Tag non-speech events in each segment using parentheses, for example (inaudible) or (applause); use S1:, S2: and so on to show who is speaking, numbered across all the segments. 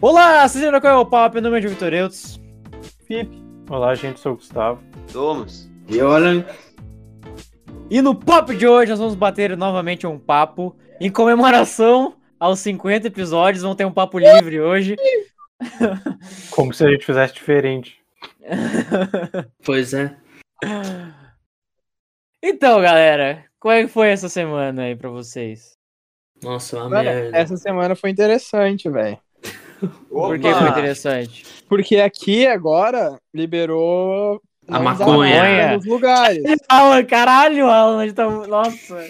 S1: Olá, vocês lembram qual é o papo? Meu nome é João Vitor Eutz.
S2: Felipe. Olá, gente, sou o Gustavo.
S3: Thomas.
S4: E olha,
S1: E no papo de hoje nós vamos bater novamente um papo em comemoração aos 50 episódios. Vamos ter um papo livre hoje.
S2: Como se a gente fizesse diferente.
S4: pois é.
S1: Então, galera, como é que foi essa semana aí pra vocês?
S4: Nossa, uma
S5: Mano,
S4: merda.
S1: é
S5: essa semana foi interessante, velho.
S1: Por que foi interessante?
S5: Porque aqui agora liberou
S4: A
S5: não usar
S4: maconha.
S5: máscara nos lugares.
S1: (laughs) Alan, caralho, Alan, a gente tá. Nossa!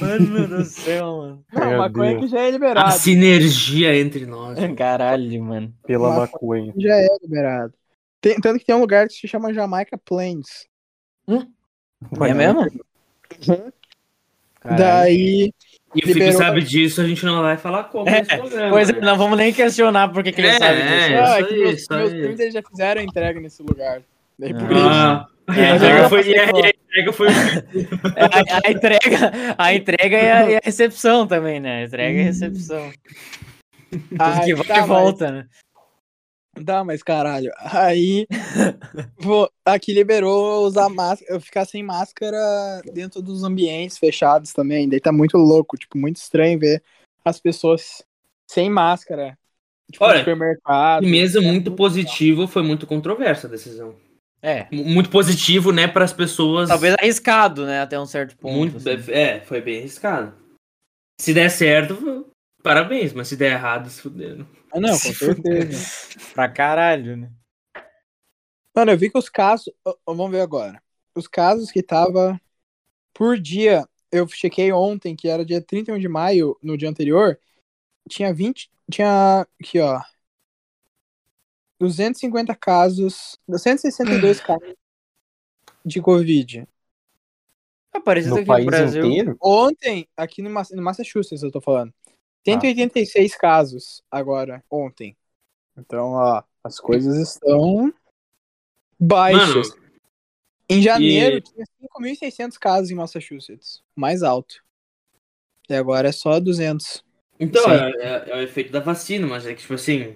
S1: Mano do céu, mano.
S5: Não,
S2: Meu
S5: maconha
S2: Deus.
S5: que já é
S4: A
S5: liberado.
S4: sinergia entre nós.
S1: (laughs) Caralho, mano.
S2: Pela
S5: Mas-
S2: maconha.
S5: Já é liberado. Tem- tanto que tem um lugar que se chama Jamaica Plains.
S1: É mesmo? Caralho.
S5: Daí.
S4: E o Felipe
S5: Liberou-
S4: sabe disso, a gente não vai falar como nesse programa.
S1: Pois é,
S4: né?
S1: não vamos nem questionar porque que ele
S4: É,
S1: sabe disso.
S4: é.
S5: ah,
S4: isso
S5: que
S4: aí,
S5: meus,
S4: isso
S5: meus
S4: aí.
S5: primos eles já fizeram a entrega nesse lugar. Daí por isso.
S4: Ah, e a
S1: É,
S4: entrega
S1: agora
S4: foi. E a,
S1: você
S4: e a entrega foi. um
S1: (laughs) A, a entrega, a entrega e, a, e a recepção também, né? A entrega e a recepção. Tudo
S5: Ai,
S1: que vai
S5: tá,
S1: e volta, né?
S5: Mas, dá, mas caralho. Aí. vou- aqui liberou usar máscara. Eu ficar sem máscara dentro dos ambientes fechados também. Daí tá muito louco. Tipo, muito estranho ver as pessoas sem máscara. Tipo,
S4: Olha,
S5: no supermercado. né? Ah,
S4: E mesmo muito positivo, foi muito controversa a decisão.
S1: É.
S4: M- Muito positivo, né, para as pessoas.
S1: Talvez arriscado, né? Até um certo ponto.
S4: Muito,
S1: assim.
S4: É, foi bem arriscado. Se der certo, parabéns, mas se der errado, se fuderam.
S5: Ah, não, com certeza.
S1: (laughs) Pra caralho, né?
S5: Mano, eu vi que os casos. ó, ó, Vamos ver agora. Os casos que tava por dia. Eu chequei ontem, que era dia 31 de maio, no dia anterior. Tinha 20. Tinha. Aqui, ó. 250 casos. 262 casos de Covid.
S1: É parecido
S2: No
S1: aqui no
S2: país
S1: Brasil.
S2: inteiro?
S5: Ontem, aqui no, Mass- no Massachusetts, eu tô falando. 186 casos agora, ontem. Então, ó, as coisas estão baixas. em janeiro
S4: e-
S5: tinha 5.600 casos em Massachusetts, mais alto. E agora é só 200.
S4: Então,
S5: Sim.
S4: é, é- é o efeito da vacina, mas é que, tipo assim.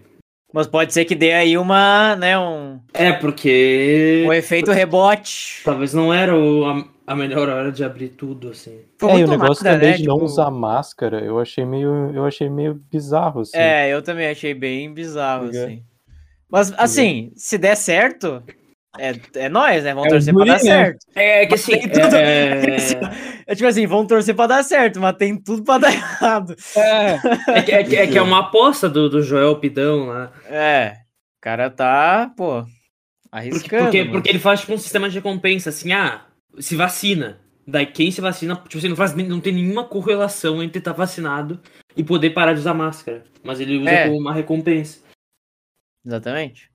S1: Mas pode ser que dê aí uma, né? Um,
S4: É porque.
S1: um efeito rebote.
S4: Talvez não era o- a, a melhor hora de abrir tudo, assim.
S1: Foi
S2: É, e
S1: muito
S2: o negócio
S1: nada,
S2: também
S1: né,
S2: de não
S1: tipo,
S2: usar máscara, eu achei meio, eu achei meio bizarro, assim.
S1: É, eu também achei bem bizarro,
S2: Tá ligado?
S1: assim. Mas, assim, se der certo, é, é nós, né? Vamos
S2: É os
S1: torcer pra dar
S2: guri, né?
S1: certo.
S4: É que assim.
S1: tem tudo-
S4: É,
S1: É tipo assim, vamos torcer pra dar certo, mas tem tudo pra (laughs) dar errado.
S5: É,
S4: é que, é, que, é que é uma aposta do, do Joel Pidão lá.
S1: É, o cara tá, pô,
S4: Porque,
S1: arriscando.
S4: porque,
S1: mano.
S4: porque ele faz tipo um sistema de recompensa, assim, ah, se vacina. Daí quem se vacina, tipo assim, não, faz, nem- não tem nenhuma correlação entre estar vacinado e poder parar de usar máscara. Mas ele usa
S1: É.
S4: como uma recompensa.
S1: Exatamente.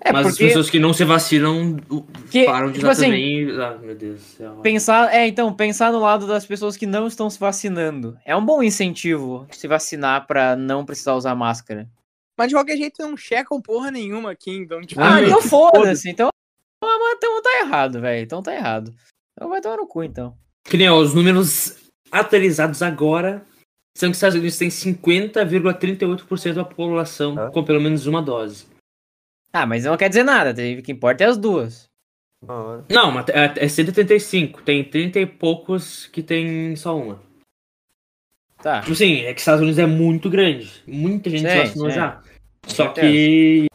S1: É,
S4: mas as
S1: porque
S4: pessoas que não se vacinam u-
S1: Que,
S4: param de
S1: tipo
S4: usar
S1: assim,
S4: também. Ah, meu Deus do céu.
S1: pensar, é, então, pensar no lado das pessoas que não estão se vacinando. É um bom incentivo se vacinar pra não precisar usar máscara.
S5: (laughs) mas de qualquer jeito não checam porra nenhuma aqui, então, tipo,
S1: Ah,
S4: Ah,
S1: então
S4: meu,
S1: foda-se, então, ah, mas então tá errado, velho, então tá errado. Então vai tomar no cu, então.
S4: Que nem ó, os números atualizados agora são que os Estados Unidos têm 50,38% da população
S2: Ah.
S4: com pelo menos uma dose.
S1: Ah, mas não quer dizer nada, o que importa é as duas.
S4: Não, mas é é 135. Tem 30 e poucos que tem só uma.
S1: Tá,
S4: Tipo assim, é que os Estados Unidos é muito grande. Muita gente
S1: Sim,
S4: vacinou
S1: sim.
S4: já. Só
S1: certeza.
S4: que.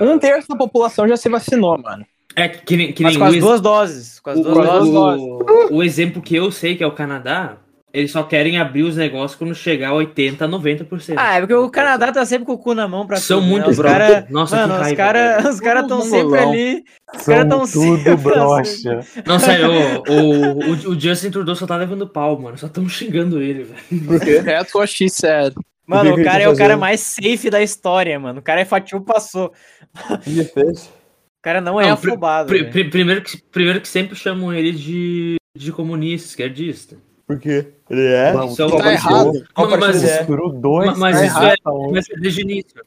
S5: um terço da população já se vacinou, mano.
S4: É que nem, que
S1: mas
S4: nem
S1: com
S4: o
S1: as
S4: ex-
S1: duas doses, com as
S4: o-
S1: duas
S4: o-
S1: doses.
S4: o- o exemplo que eu sei que é o Canadá, eles só querem abrir os negócios quando chegar a 80, 90%.
S1: Ah, é porque o Canadá tá sempre com o cu na mão pra
S4: São
S1: tudo, né?
S4: muito
S1: Os cara...
S4: Nossa, que
S1: Mano, os
S4: raiva,
S1: caras
S4: velho.
S1: os cara tão
S5: Todo
S1: sempre
S5: mongolão.
S1: ali. Os caras tão (laughs)
S2: São tudo broxa.
S4: Não, sério, é, o, o, o, o Justin Trudeau só tá levando pau, mano. Só tão xingando ele, velho.
S5: Porque that's what she said.
S1: Mano, o
S2: que ele
S1: cara
S2: tá
S1: é o cara
S2: fazendo?
S1: mais safe da história, mano. O cara é fatiou, passou. O cara não é
S4: Não, pri-
S1: afobado.
S4: Pri-
S1: velho.
S4: pri- primeiro, que, primeiro que sempre chamam ele de, de comunista, esquerdista.
S6: Porque ele é.
S4: Isso é um
S5: tá
S4: bagulho-
S5: errado.
S4: Mas, mas,
S6: Compartilha.
S2: Misturou dois.
S4: mas
S2: cara,
S4: isso é-
S2: tá louco.
S4: mas é desde o início.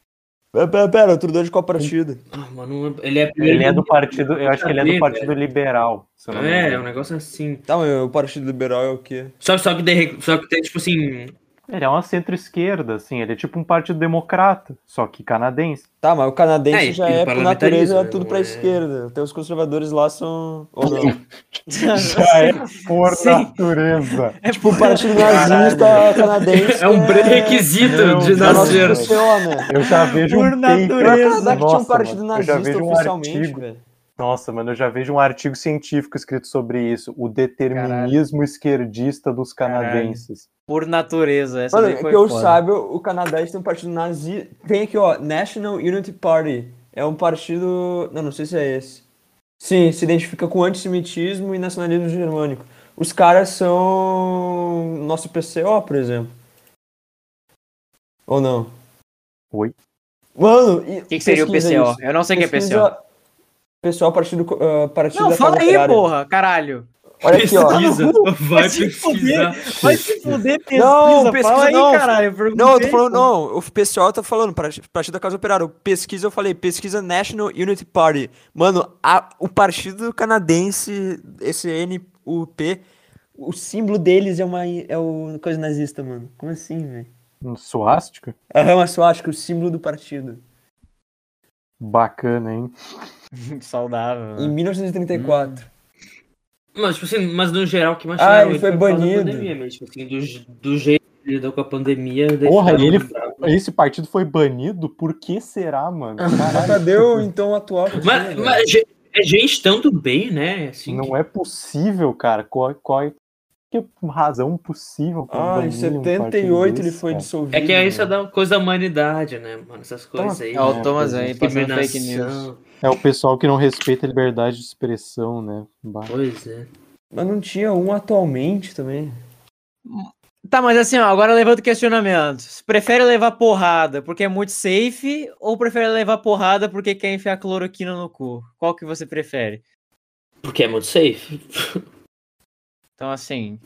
S6: Pera, pera, pera, o Trudeau de qual partido?
S4: Ah, mano, ele é
S2: Ele é do partido, eu acho que ele é do partido né? liberal. se eu não me
S4: É, é
S2: engano.
S4: um negócio assim.
S6: Tá, mas o Partido Liberal é o quê?
S4: Só, só, que, daí- só que tem, tipo assim.
S2: Ele é uma centro-esquerda, assim, ele é tipo um partido democrata, só
S1: (laughs)
S2: que canadense.
S6: Tá, mas o canadense
S4: É,
S6: já
S4: e
S6: é, por
S4: parlamentarismo,
S6: natureza, tudo pra
S4: é.
S6: esquerda. Até os conservadores lá são. Ou não? (laughs)
S2: Por
S1: Sim.
S2: natureza.
S1: (laughs) É
S6: tipo,
S1: (laughs)
S6: o partido nazista canadense.
S4: (laughs) É um pré-requisito
S2: Não,
S4: de
S2: não,
S6: é-
S4: nascer.
S6: Nossa, funciona.
S2: Eu já vejo
S1: Por
S2: um paper-
S6: Pra casar que tinha um
S2: Nossa,
S6: partido
S2: mano, eu já
S6: nazista
S2: vejo um
S6: oficialmente,
S2: artigo.
S6: velho.
S2: Nossa, mano, eu já vejo um artigo científico escrito sobre isso. O determinismo esquerdista dos canadenses.
S1: Por natureza. Essa
S6: Mano, é
S1: daí
S6: que
S1: foi
S6: eu
S1: foda.
S6: saiba, o Canadá tem um partido nazi. Tem aqui, ó, National Unity Party. É um partido. Não, não sei se é esse. Sim, se identifica com antissemitismo e nacionalismo germânico. Os caras são. Nosso PCO, por exemplo. Ou não?
S2: Oi?
S6: Mano, e.
S1: O que, que seria o PCO? Eu não sei o que é PCO.
S6: Pessoal, partido. co- ah, partido
S1: Não,
S6: da
S1: fala
S6: Casa
S1: aí,
S6: Operária.
S1: porra, caralho.
S2: é
S6: Olha
S1: (laughs)
S6: aqui, ó.
S4: Pesquisa.
S1: Tá no cu.
S4: Vai
S1: Vai
S2: tipo,
S1: se
S4: pesquisar.
S1: Vai
S4: é
S1: se
S4: tipo
S1: fuder, pesquisa.
S6: Não, pesquisa
S1: fala aí,
S6: não.
S1: caralho. eu
S6: Não, eu tô
S1: perguntei,
S6: falando,
S1: pô.
S6: não, o pessoal tá falando, pra- Partido da Casa Operária, o pesquisa, eu falei, pesquisa National Unity Party. Mano, a- o partido canadense, esse NUP, o símbolo deles é uma é o, coisa nazista, mano. Como assim, velho? É
S2: Um suástico?
S6: Aham, mas eu acho que o símbolo do partido.
S2: Bacana, hein?
S1: (laughs) Saudável.
S4: Um
S6: Em
S1: né?
S6: 1934.
S4: Mas, tipo assim, mas no geral, o que mais
S6: Ah,
S4: tiraram
S6: ele foi
S4: por causa da
S6: banido.
S4: pandemia mesmo, tipo assim, do, je- do jeito que ele lidou com a pandemia. daí
S2: Porra,
S4: ficaram
S2: ele-
S4: bravos.
S2: Esse partido foi banido? Por que será, mano?
S6: Mas
S2: Caralho,
S6: cadê o então atual?
S4: Mas,
S6: partido, velho?
S4: mas ge- é gente tanto bem, né? Assim, que-
S2: não é possível, cara. Qual, qual é que razão possível pra
S6: Ah,
S2: banir
S6: em
S2: um
S6: 78
S2: partido
S6: ele
S2: desse,
S6: foi
S2: cara?
S6: dissolvido.
S4: é que é isso
S6: mano.
S4: da coisa da humanidade, né, mano? Essas coisas aí.
S1: É o
S2: né,
S1: Thomas
S2: pois é.
S1: aí, passando fake news.
S4: Discriminação.
S2: É o pessoal que não respeita a liberdade de expressão, né? Bah.
S4: Pois é.
S6: Mas não tinha um atualmente também.
S1: Tá, mas assim, ó, agora levando questionamento. Você prefere levar porrada porque é muito safe ou prefere levar porrada porque quer enfiar cloroquina no cu? Qual que você prefere?
S4: Porque é muito safe.
S1: Então, assim,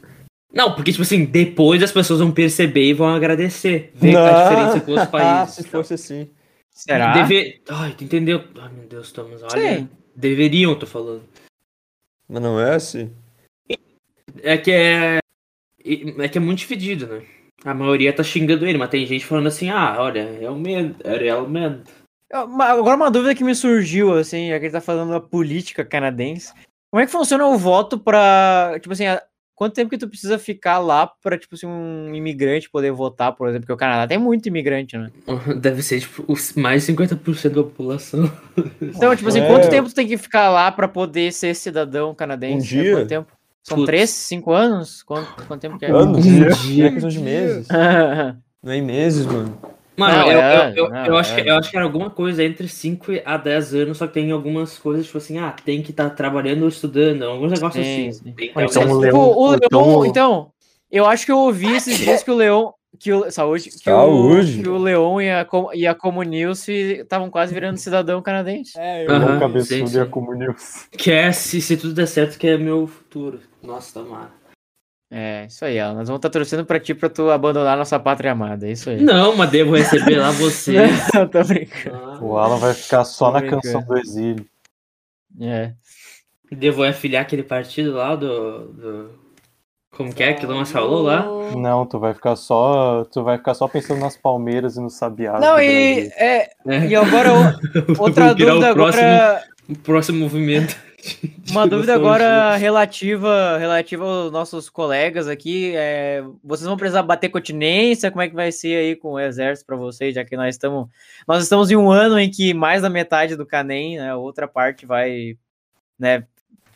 S4: Não, porque, tipo assim, depois as pessoas vão perceber e vão agradecer. Ver a diferença com
S1: (laughs)
S6: (laughs)
S4: os
S6: Ah,
S4: países.
S6: se fosse assim.
S1: será?
S4: Deve... Ai, tu entendeu? Ai, meu Deus, Thomas, olha.
S1: Sim.
S4: Deveriam, tô falando.
S6: Mas não é assim?
S4: É que é. É que é muito dividido, né? A maioria tá xingando ele, mas tem gente falando assim, ah, olha, é o medo, é o medo.
S1: Eu- ma- Agora uma dúvida que me surgiu, assim, já que ele tá falando da política canadense. Como é que funciona o voto pra, tipo assim, a- quanto tempo que tu precisa ficar lá pra, tipo assim, um imigrante poder votar, por exemplo? Porque o Canadá tem muito imigrante, né?
S4: (laughs) Deve ser, tipo, os- mais de 50% da população.
S1: Então, tipo assim,
S6: é.
S1: quanto tempo tu tem que ficar lá pra poder ser cidadão canadense?
S6: Um
S1: né?
S6: dia?
S1: Quanto tempo? São
S4: Putz.
S1: três, cinco anos? Quanto, quanto tempo que é? (laughs)
S6: Anos?
S2: Um
S6: Um
S2: dia.
S6: dia. É questão de meses.
S4: Então,
S6: Não é em meses, mano.
S4: Mano,
S1: Não,
S4: eu,
S1: é,
S4: eu, eu,
S1: não,
S4: eu acho
S1: é.
S4: que, eu acho que era alguma coisa entre 5 a 10 anos, só que tem algumas coisas, tipo assim, ah, tem que estar trabalhando ou estudando, alguns negócios
S1: Sim,
S4: assim.
S1: sim.
S4: Tem que
S2: Ou
S4: ter
S2: então
S4: algumas-
S2: o Leon-
S1: Pô, Tipo, o Leon,
S2: então-
S1: então, eu acho que eu ouvi esses dias que o Leon. Que o, saúde, que o-
S6: Saúde.
S1: Que o Leon e a, Com- e a Comunilce estavam quase virando cidadão canadense.
S6: É,
S4: Aham,
S2: Não cabeçudo
S4: sim, sim.
S2: e a comunista.
S4: que é, se, se tudo der certo, que é meu futuro. Nossa, tomara.
S1: É, isso aí, Alan. Nós vamos estar torcendo pra ti pra tu abandonar nossa pátria amada. É isso aí.
S4: Não, mas devo receber lá você.
S1: Não, (laughs) tô brincando.
S4: Ah.
S2: O Alan vai ficar só
S1: Tô
S2: na canção
S1: brincando.
S2: do exílio.
S1: É.
S4: Devo afiliar aquele partido lá do. do- Como que é? Que o Lomas falou lá?
S2: Não, tu vai ficar só, tu vai ficar só pensando nas palmeiras e nos sabiás.
S1: Não,
S2: do
S1: e,
S2: Brasil.
S1: é,
S4: É.
S1: e agora
S4: (laughs)
S1: o- outra
S4: Tá Vou virar
S1: dúvida
S4: o próximo,
S1: agora. é-
S4: o próximo movimento.
S2: (laughs)
S1: Uma dúvida
S4: né?
S2: um
S1: agora relativa, relativa aos nossos colegas aqui. é, vocês vão precisar bater continência? Como é que vai ser aí com o exército para vocês? Já que nós estamos, nós estamos em um ano em que mais da metade do Canem, né, a outra parte vai, né,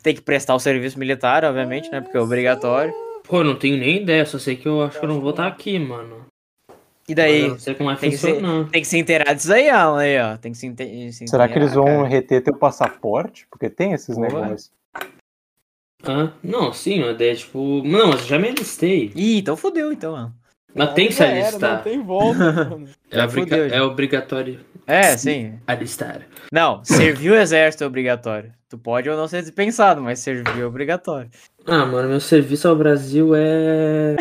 S1: ter que prestar o serviço militar, obviamente, né, porque é obrigatório.
S4: Pô, eu não tenho nem ideia, só sei que eu acho que eu não vou estar aqui, mano.
S1: E
S4: Mas eu
S1: daí
S4: não sei como é
S1: tem
S4: que
S1: que ser-
S4: funciona.
S1: tem que se inteirar disso aí, Alan, aí, ó. Tem que se inte- se
S2: Será que eles
S1: inteirar,
S2: vão
S1: Ah, cara.
S2: reter teu passaporte? Porque tem esses
S1: Boa.
S2: negócios.
S4: Hã? Não, sim, a ideia é tipo. Não, mas eu já me alistei.
S1: Ih, então fodeu, então, Alan.
S4: Mas tem que tá? se
S5: Já era, Ah, é, Não
S4: alistar.
S5: tem volta,
S6: (laughs)
S5: mano.
S4: É,
S1: Já
S4: obriga-
S1: fudeu, já.
S4: é obrigatório
S1: É, sim.
S4: alistar.
S1: Não, servir o exército é obrigatório. Tu pode ou não ser dispensado, mas servir é obrigatório. (laughs)
S4: Ah, mano, meu serviço ao Brasil é.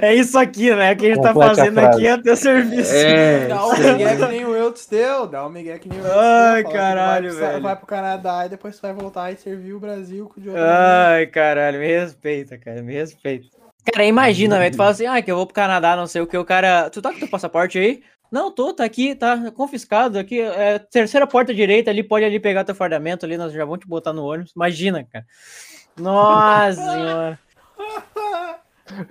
S1: é isso aqui, né? O que a gente tá
S2: Complete a
S1: fazendo
S2: frase.
S1: aqui é teu serviço.
S4: É.
S5: Dá um migué que nem o Wiltz deu. Dá um migué que nem o Wiltz
S6: Ah,
S1: Ai,
S5: deu. fala que
S1: caralho,
S5: vai pro,
S1: velho.
S5: Vai pro Canadá e
S1: Ah.
S5: depois tu vai voltar e servir o Brasil com o Diogo.
S1: Ai, caralho, me respeita, cara, me respeita. Cara, imagina, velho. Tu fala assim, ah, que eu vou pro Canadá, não sei o que, o cara. Tu tá com teu passaporte aí? Não, tô, tá aqui, tá confiscado aqui. É, terceira porta direita ali, pode ali pegar teu fardamento ali, nós já vamos te botar no ônibus. Imagina, cara.
S2: (laughs)
S1: Nossa senhora.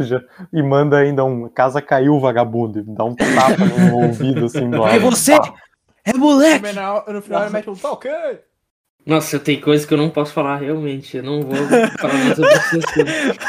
S2: Já- e manda ainda um casa caiu vagabundo, e dá um tapa no ouvido assim do
S1: Porque
S2: lado.
S1: você
S2: Pá.
S1: é moleque!
S5: final, no final ele mete um tá ok.
S4: Nossa, tem coisa que eu não posso falar, realmente. Eu não vou falar mais sobre esse
S1: (laughs)
S4: assunto.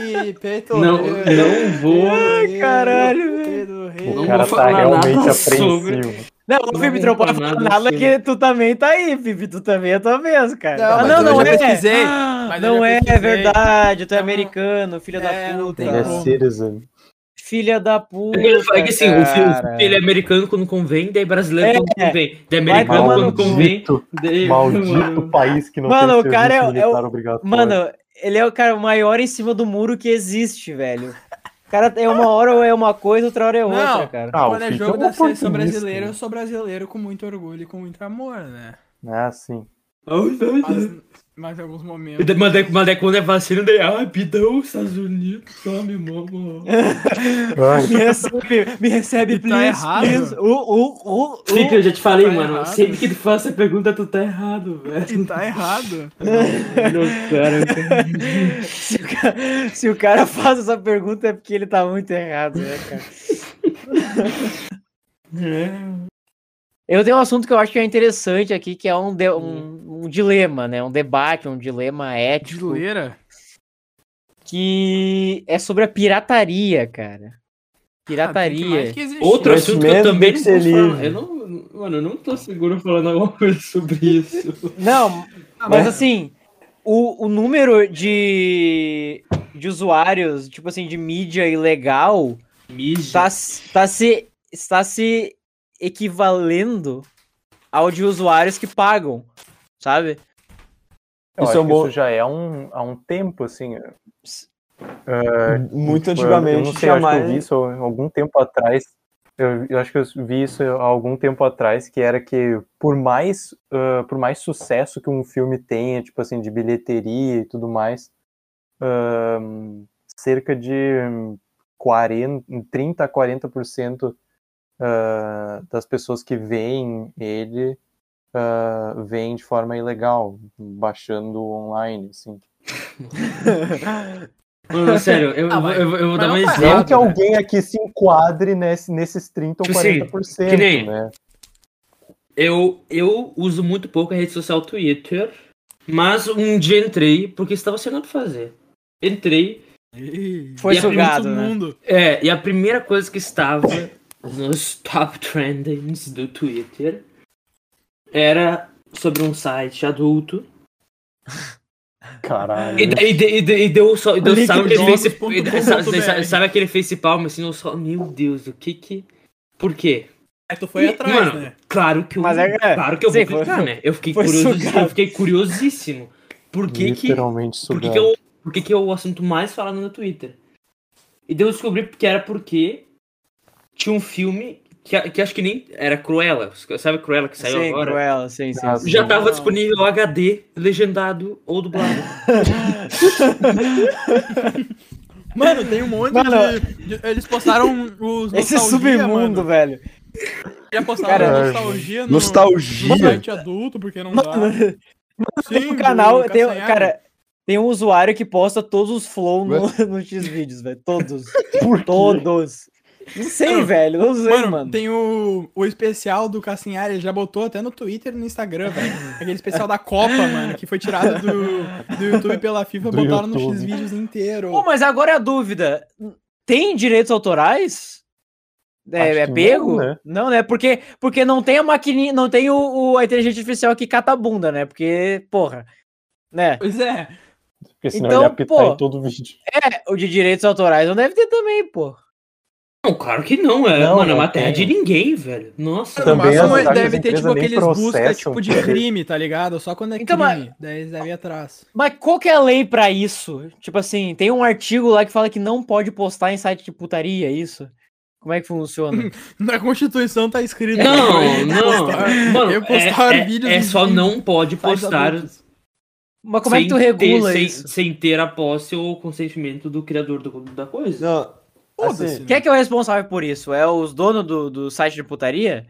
S5: Ih, peito.
S4: Não, não vou.
S5: Ai,
S1: caralho,
S4: Não
S2: O cara
S4: vou
S2: tá
S4: falar nada
S2: realmente
S4: sobre.
S2: apreensivo.
S1: Não, o Felipe
S4: vou
S1: Tropó não
S4: falar
S1: fala
S4: nada
S1: nada
S4: sobre.
S1: que tu também tá aí, Felipe. Tu também é tua vez, cara.
S5: Não,
S1: Ah,
S5: mas
S1: não,
S5: eu
S1: não
S5: já
S1: é.
S5: pesquisei.
S1: Ah,
S5: Mas eu
S1: não
S5: já
S1: é, é
S5: pesquisei.
S1: verdade. Tu é
S5: Então,
S1: americano, filha
S5: é,
S1: da
S5: não
S1: puta.
S5: tem
S2: Ele é
S5: como.
S2: citizen.
S1: Filha da
S4: Eu
S1: puta.
S4: quero falar que assim, o filho, o
S1: cara.
S4: filho é americano quando convém, daí brasileiro
S1: É.
S4: quando convém. Daí
S1: Vai
S4: americano
S1: tomar
S4: quando
S1: no cu.
S4: convém.
S2: Maldito,
S4: Daí...
S2: maldito país que não
S1: Mano, o
S2: tem
S1: cara é-
S2: serviço
S1: é o-
S2: militar obrigatório.
S1: Mano, ele é o cara maior em cima do muro que existe, velho. O cara é uma hora é uma coisa, outra hora é outra,
S5: Não.
S1: cara.
S2: Ah, o
S5: Quando é
S2: Fica
S5: jogo
S2: um
S5: da seleção
S2: oportunista,
S5: brasileira,
S2: né?
S5: eu sou brasileiro com muito orgulho e com muito amor, né?
S2: Ah, sim.
S5: Mas, mas em alguns momentos.
S4: Mas daí- mas daí quando é vacina, daí, ai, pidão, Estados Unidos, tome, mama.
S2: Ai,
S1: Me recebe, me recebe,
S5: E tá
S1: please,
S5: errado.
S1: please. Uh, uh, uh, uh.
S4: Felipe, assim eu já te falei,
S5: tá
S4: mano.
S5: errado.
S4: Sempre que tu faz essa pergunta, tu tá errado, velho.
S5: E (laughs) tá errado.
S4: Não, cara.
S1: Se o, cara, se o cara (laughs) faz essa pergunta é porque ele tá muito errado, né, cara? (laughs) Eu tenho um assunto que eu acho que é interessante aqui, que é um, de- um, um dilema, né? Um debate, um dilema
S5: De
S1: ético,
S5: loira?
S1: que é sobre a pirataria, cara. Pirataria.
S4: Outro
S2: Mas
S4: assunto que eu
S2: mesmo
S4: também
S2: que
S4: não
S2: você
S4: posso falar.
S2: livre.
S4: Eu não, mano, eu não tô seguro falando alguma coisa sobre isso.
S1: Não, mas assim, o, o número de, de usuários, tipo assim, de mídia ilegal,
S4: Mija.
S1: tá, se- tá, se, está se equivalendo ao de usuários que pagam, sabe?
S2: eu
S6: Isso
S2: acho
S6: é um
S2: que
S6: bom-
S2: isso já é um, há um tempo, assim.
S6: é, Muito
S2: Tipo, eu-
S6: antigamente,
S2: Eu não sei, eu acho que eu vi isso há algum tempo atrás. Eu, eu acho que eu vi isso há algum tempo atrás, que era que por mais, ah, por mais sucesso que um filme tenha, tipo assim, de bilheteria e tudo mais, ah, cerca de 40, 30 a 40% ah, das pessoas que veem ele ah, veem de forma ilegal, baixando online, assim.
S4: Mano, sério, eu,
S5: Ah,
S4: eu,
S5: mas-
S4: eu, eu vou
S5: mas
S4: dar um
S5: não tá
S4: exemplo.
S2: Não que
S4: né?
S2: alguém aqui se enquadre nesse- nesses 30 ou
S4: Tipo assim,
S2: 40%,
S4: que nem-
S2: né?
S4: Eu, eu uso muito pouco a rede social Twitter, mas um dia entrei porque estava sem nada pra fazer. Entrei,
S1: Foi
S4: E a primeira
S1: sugado, né?
S5: mundo.
S4: é, e a primeira coisa que estava nos top trendings do Twitter era sobre um site adulto.
S2: Caralho.
S4: E, daí- e, daí- e, daí- e deu só, e deu
S5: É. Link
S4: sabe, aquele
S5: jogos
S4: face,
S5: ponto
S4: e daí-
S5: com
S4: sabe,
S5: ponto
S4: daí-
S5: BR.
S4: sabe aquele face palm assim, eu só, meu Deus, o que que por quê?
S5: Aí É, tu foi
S4: E,
S5: atrás,
S4: mano,
S5: né?
S4: Claro que eu,
S1: Mas é- é,
S4: claro que eu
S1: sim,
S4: vou clicar,
S1: foi-
S4: né? Eu fiquei,
S1: foi
S4: curioso,
S1: sugado.
S4: eu fiquei curiosíssimo. Por que que,
S2: Literalmente
S4: por que,
S2: sugado.
S4: que, eu, por que, que é o assunto mais falado no Twitter? E daí eu descobri que era porque tinha um filme que, que acho que nem era Cruella, sabe Cruella que saiu
S1: sim,
S4: agora?
S1: Cruella, sim, sim.
S2: Ah,
S1: sim.
S4: Já tava
S5: Não.
S4: disponível HD, legendado ou dublado.
S1: (laughs)
S5: Mano, tem um monte
S1: Mano,
S5: de, de-
S1: (laughs)
S5: Eles postaram os.
S1: Esse
S5: nostalgia,
S1: submundo,
S5: mano.
S1: velho.
S5: Já postaram
S1: Cara,
S5: nostalgia no.
S3: Nostalgia.
S5: no site adulto, porque não dá.
S1: Tem
S5: Sim,
S1: um canal,
S5: do
S1: tem,
S5: Castanhari.
S1: cara, tem um usuário que posta todos os flow no, (laughs) no X-Vídeos, velho. Todos. Todos. Não sei,
S5: Mano,
S1: velho. Não sei,
S5: Mano,
S1: mano.
S5: tem o, o especial do Cassinhari, ele já botou até no Twitter e no Instagram, velho. Aquele especial da Copa, mano, que foi tirado do,
S1: (laughs)
S5: do YouTube pela FIFA,
S2: Do
S5: botaram no
S2: YouTube.
S5: X-Vídeos inteiro.
S1: Pô, mas agora é a dúvida. Tem direitos autorais?
S2: Acho
S1: É, é
S2: que não,
S1: pego? Não, né?
S2: né?
S1: Porque, porque não tem a maquininha, não tem o, o- a inteligência artificial que cata a bunda, né? Porque, porra. Né?
S5: Pois é.
S2: Porque senão
S1: Então,
S2: ele ia apitar
S1: pô.
S2: em todo o vídeo.
S1: É, o de direitos autorais não deve ter também, pô.
S4: Não, claro que não, é,
S2: Não,
S4: mano, é
S2: não
S4: uma terra
S2: tem.
S4: de ninguém, velho. Nossa,
S5: No
S2: Também
S1: é-
S5: máximo,
S2: as-
S5: ele
S2: as
S5: deve ter,
S2: empresas
S5: tipo,
S2: nem
S5: aqueles busca,
S2: processam,
S5: tipo, de
S2: porque-
S5: crime, tá ligado? Só quando é
S1: Então, mas-
S5: crime. Daí eles devem ir atrás.
S1: Mas qual que é a lei pra isso? Tipo assim, tem um artigo lá que fala que não pode postar em site de putaria, é isso? Como é que funciona?
S5: Na Constituição tá escrito.
S4: Não,
S5: Eu
S4: não.
S5: postar-
S4: Mano,
S5: eu postar
S4: é, é-
S5: vídeos
S4: é
S5: em-
S4: só
S5: em
S4: não pode
S5: sites
S4: postar.
S5: adultos.
S1: Mas como é que tu regula isso?
S4: Sem ter a posse ou o consentimento do criador do- da coisa.
S6: Não.
S2: Assim,
S6: foda-se,
S1: Quem é que é o responsável por isso? É os donos do, do site de putaria?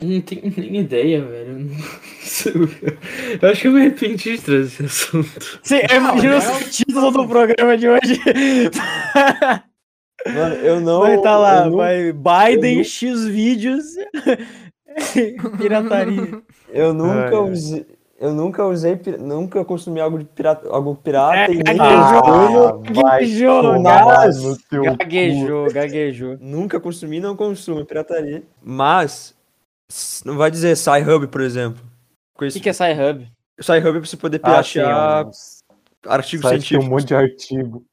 S4: Não tenho nem ideia, velho. (laughs) Eu acho que eu me arrependi de trazer esse assunto.
S1: Sim, eu imagino
S6: né?
S1: o título do programa de
S6: (laughs)
S1: hoje.
S6: Mano, eu não.
S1: vai tá lá,
S6: eu não-
S1: vai Biden, X vídeos, (laughs)
S6: (laughs)
S1: pirataria.
S6: Eu nunca
S2: Ai, ai.
S6: usei. Eu nunca usei, pir- nunca consumi algo de pirata, algo
S5: É,
S6: pirata e nunca,
S2: Ah, vai
S1: Gaguejou,
S2: tomar
S1: mas-
S2: no teu cu.
S1: Gaguejou, gaguejou.
S6: nunca consumi, não consumo pirataria. Mas s- não vai dizer Sci-Hub, por exemplo. Com
S1: O
S6: isso,
S1: que, que é Sci-Hub?
S6: Sci-Hub é pra você poder
S2: Ah, sim,
S6: piratear
S2: um
S6: artigos
S2: site que tem um
S6: científicos.
S2: monte de artigo.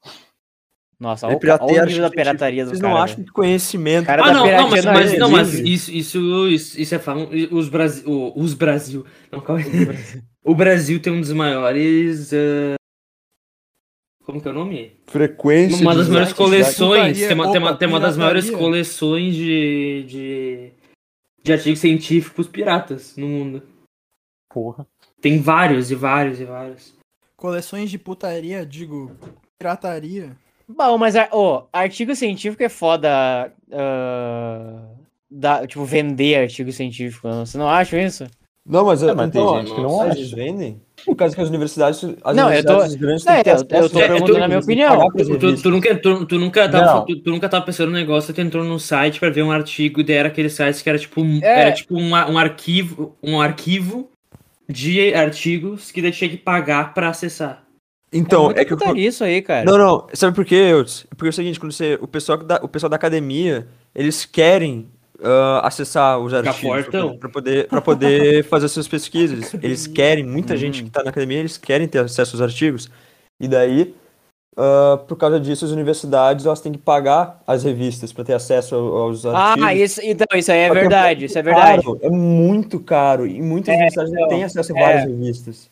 S1: Nossa,
S6: Ele
S1: olha o
S6: É pirateia
S1: nível da
S6: artigo
S1: pirataria do
S6: Vocês
S1: cara.
S6: não acham que conhecimento.
S1: Cara,
S4: Ah,
S1: da
S4: não, não, mas,
S1: piratia
S4: mas- não, mas
S1: existe.
S4: isso, isso, isso, isso é falam. Os Brasil. Os Brasil. Não, calma aí. O Brasil tem um dos maiores. eh, Como que é o nome?
S6: frequência.
S4: Uma das
S6: de-
S4: maiores coleções.
S3: Putaria,
S4: Tem uma, tem uma,
S3: opa,
S4: tem uma das
S3: pirataria.
S4: maiores coleções de, de, de artigos científicos piratas no mundo.
S2: Porra.
S4: Tem vários e vários e vários.
S3: Coleções de putaria, digo, pirataria.
S1: Bom, mas a- ó, artigo científico é foda. ah, da, tipo, vender artigo científico. né? Você não acha isso?
S6: Não, mas,
S2: É, mas tem
S6: então,
S2: gente que não
S6: nossa,
S2: acha.
S6: eles vendem. Por causa que as universidades, as
S1: Não, eu tô-
S6: universidades grandes
S1: É,
S6: têm que ter
S1: eu-
S6: acesso
S1: eu tô
S6: a-
S1: perguntando a minha
S6: eles têm que
S1: opinião.
S6: pagar pras
S4: Tu, tu,
S6: revistas.
S4: tu nunca, tu, tu nunca tava,
S2: Não.
S4: tu, tu nunca tava pensando no negócio, tu entrou num site pra ver um artigo e daí era aquele site que era tipo, um-
S1: É.
S4: era tipo um, a- um arquivo, um arquivo de artigos que daí tinha que pagar pra acessar.
S6: Então,
S1: muito
S6: é que eu,
S1: putaria isso aí, cara.
S6: Não, não. Sabe por quê, Eudes? Porque é o seguinte, quando você. O pessoal, que da, o pessoal da academia, eles querem ah, acessar os artigos pra
S4: fortão.
S6: poder- pra poder, pra poder (laughs) fazer suas pesquisas. Eles querem, muita gente que tá na academia, eles querem ter acesso aos artigos. E daí, ah, por causa disso, as universidades elas têm que pagar as revistas pra ter acesso ao- aos artigos.
S1: Ah, isso, então, isso aí é
S6: Só que
S1: verdade, isso é verdade.
S6: Caro, é muito caro. E muitas universidades não
S1: então,
S6: têm acesso a
S1: é.
S6: várias revistas.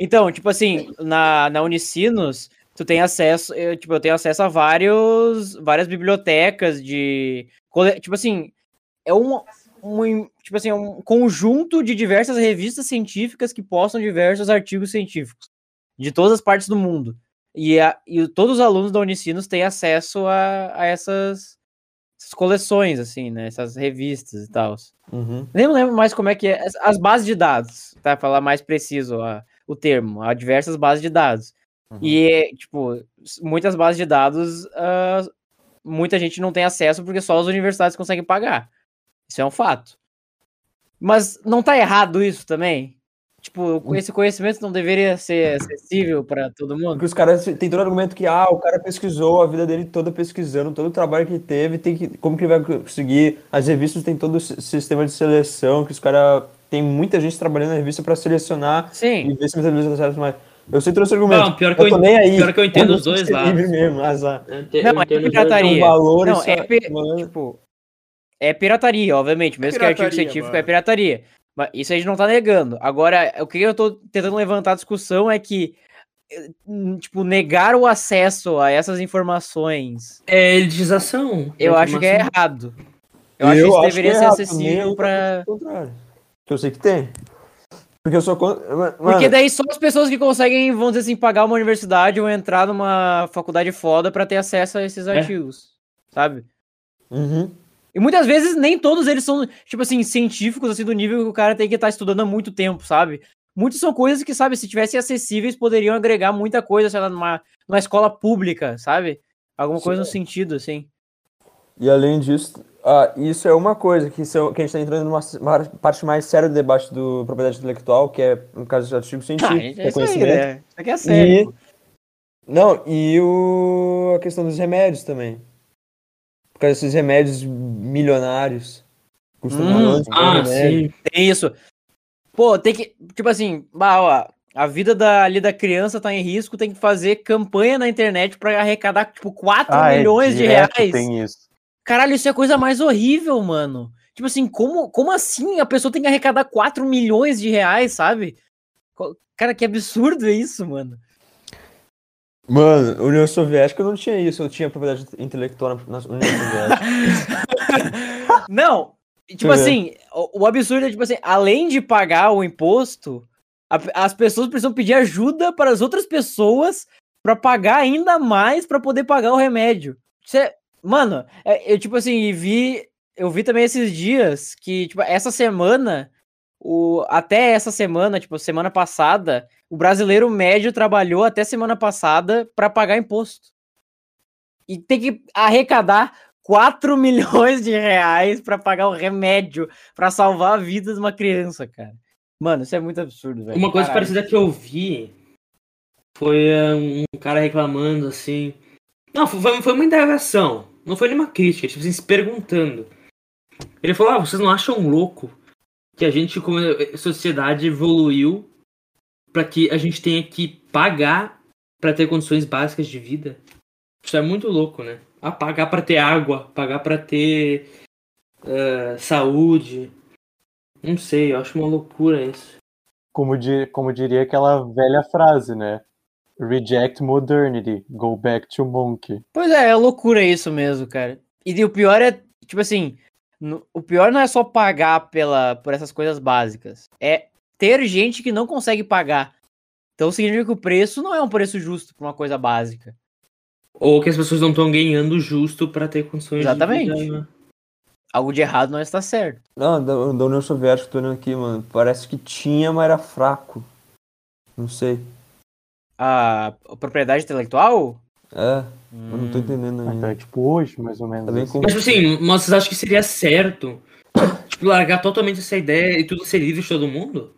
S1: Então, tipo assim, na, na Unicinos, tu tem acesso, eu, tipo, eu tenho acesso a vários, várias bibliotecas de, cole- tipo assim, é um, um em- tipo assim, é um conjunto de diversas revistas científicas que postam diversos artigos científicos de todas as partes do mundo. E, a- e o- todos os alunos da Unicinos têm acesso a, a essas, essas coleções, assim, né? Essas revistas e tal.
S6: Uhum.
S1: Nem lembro mais como é que é. As- As bases de dados, tá? Falar mais preciso a- o termo. Há diversas bases de dados. E, é, tipo, s- muitas bases de dados, ah, muita gente não tem acesso porque só as universidades conseguem pagar. Isso é um fato. Mas não tá errado isso também? Tipo, o- esse conhecimento não deveria ser acessível para todo mundo?
S6: Porque os caras tem todo argumento que ah, o cara pesquisou a vida dele toda pesquisando, todo o trabalho que teve, tem que, como que ele vai conseguir? As revistas tem todo o si- sistema de seleção, que os caras tem muita gente trabalhando na revista pra selecionar e
S1: Sim.
S6: ver se muitas vezes acerta mais. Eu sei trouxe argumento.
S4: Não, Ah, pior que eu,
S6: tô
S4: en-
S6: nem aí.
S4: pior que eu entendo
S6: Eu
S4: os dois
S6: sou
S4: lados.
S6: livre mesmo, azar.
S4: Eu ente- eu
S1: Não, é
S4: entendo os dois lados.
S1: pirataria.
S6: valor,
S1: Não,
S6: isso
S1: é, pi-
S6: mano.
S1: tipo, é pirataria, obviamente. Mesmo que artigo
S3: pirataria,
S1: científico é
S3: mano.
S1: pirataria. Mas isso a gente não tá negando. Agora, o que eu tô tentando levantar a discussão é que, eh, hum, tipo, negar o acesso a essas informações,
S4: É elitização.
S1: eu acho que é
S4: Informação.
S1: errado. Eu, acho que isso deveria ser
S6: é errado,
S1: acessível
S6: nem
S1: pra.
S6: o contrário. Que eu sei que tem. Porque eu sou contra. Mano,
S1: Porque daí só as pessoas que conseguem, vão dizer assim, pagar uma universidade ou entrar numa faculdade foda pra ter acesso a esses
S4: É.
S1: artigos. Sabe?
S6: Uhum.
S1: E muitas vezes nem todos eles são, tipo assim, científicos, assim, do nível que o cara tem que estar estudando há muito tempo, sabe? Muitas são coisas que, sabe, se tivessem acessíveis, poderiam agregar muita coisa, sei lá, numa, numa escola pública, sabe? Alguma coisa no sentido, assim.
S6: E além disso, ah, isso é uma coisa que, são, que a gente está entrando numa s- mar- parte mais séria do debate do propriedade intelectual, que é, no caso, do artigo
S1: Ah,
S6: científico, que é conhecimento.
S1: né? Isso aqui é sério. pô.
S6: Não, e o, a questão dos remédios também. Por causa desses remédios milionários. Custam
S1: Hum,
S6: milhões de
S4: Ah,
S6: remédios.
S4: sim.
S1: Tem isso. Pô, tem que, tipo assim, bah, ó, a vida da, ali da criança tá em risco, tem que fazer campanha na internet pra arrecadar, tipo, 4
S2: Ah, é,
S1: milhões de
S2: direto
S1: reais.
S2: Tem isso.
S1: Caralho, isso é a coisa mais horrível, mano. Tipo assim, como, como assim a pessoa tem que arrecadar 4 milhões de reais, sabe? Co- Cara, que absurdo é isso, mano.
S6: Mano, União Soviética não tinha isso, eu tinha propriedade intelectual na, na União Soviética.
S1: Não, tipo
S6: É.
S1: tipo assim, o, o absurdo é, tipo assim, além de pagar o imposto, A- as pessoas precisam pedir ajuda para as outras pessoas para pagar ainda mais para poder pagar o remédio. Isso é- mano, é- eu tipo assim, vi, eu vi também esses dias que tipo essa semana o, até essa semana, tipo, semana passada, o brasileiro médio trabalhou até semana passada para pagar imposto. E tem que arrecadar 4 (laughs) milhões de reais para pagar o remédio para salvar a vida de uma criança, cara. Mano, isso é muito absurdo, velho.
S4: Uma coisa
S1: Caralho.
S4: parecida que eu vi foi é, um cara reclamando assim. Não, foi, foi uma indagação. Não foi nenhuma crítica, tipo assim, se perguntando. Ele falou, ah, vocês não acham louco que a gente, como eh, sociedade, evoluiu pra que a gente tenha que pagar pra ter condições básicas de vida? Isso é muito louco, né? Ah, pagar pra ter água, pagar pra ter eh, saúde. Não sei, eu acho uma loucura isso.
S2: Como, di- como diria aquela velha frase, né? Reject modernity, go back to monkey.
S1: Pois é, é loucura isso mesmo, cara. E, de- o pior é, tipo assim, no- o pior não é só pagar pela, por essas coisas básicas. É ter gente que não consegue pagar. Então significa que o preço não é um preço justo pra uma coisa básica.
S4: Ou que as pessoas não estão ganhando justo pra ter condições
S1: Exatamente.
S4: de vida. né?
S1: Algo de errado não está certo.
S6: Não, da, da União Soviética, tô olhando aqui, mano. Parece que tinha, mas era fraco. Não sei.
S1: A, a propriedade intelectual?
S6: É, eu não tô
S1: Hum.
S6: entendendo ainda.
S2: Então é tipo hoje, mais ou menos.
S6: Tá bem
S2: assim.
S6: com-
S4: Mas, tipo assim, mas vocês acham que seria certo tipo, largar totalmente essa ideia e tudo ser livre de todo mundo?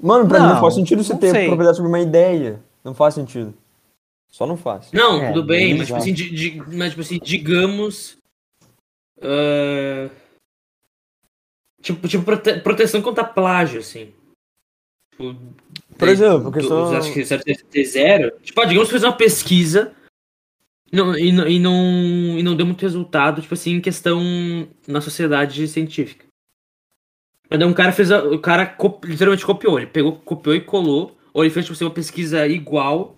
S6: Mano, pra mim
S1: Não,
S6: não faz sentido você
S1: não
S6: ter
S1: sei.
S6: propriedade sobre uma ideia. Não faz sentido. Só não faz.
S4: Não,
S2: É,
S4: tudo bem,
S2: bem
S4: mas tipo,
S2: exato.
S4: assim, di- di- mas, tipo assim, digamos. ah, tipo, tipo prote- proteção contra plágio, assim. Tipo,
S6: Por
S4: Tem-
S6: exemplo, a
S4: Tu-
S6: questão.
S4: Você acha que certo é ter zero? Tipo, ah, digamos que fez uma pesquisa não- e, não- e não, e não deu muito resultado, tipo assim, em questão na sociedade científica. Mas daí um cara fez. a- O cara cop- literalmente copiou. Ele pegou, copiou e colou. Ou ele fez, tipo assim, uma pesquisa igual.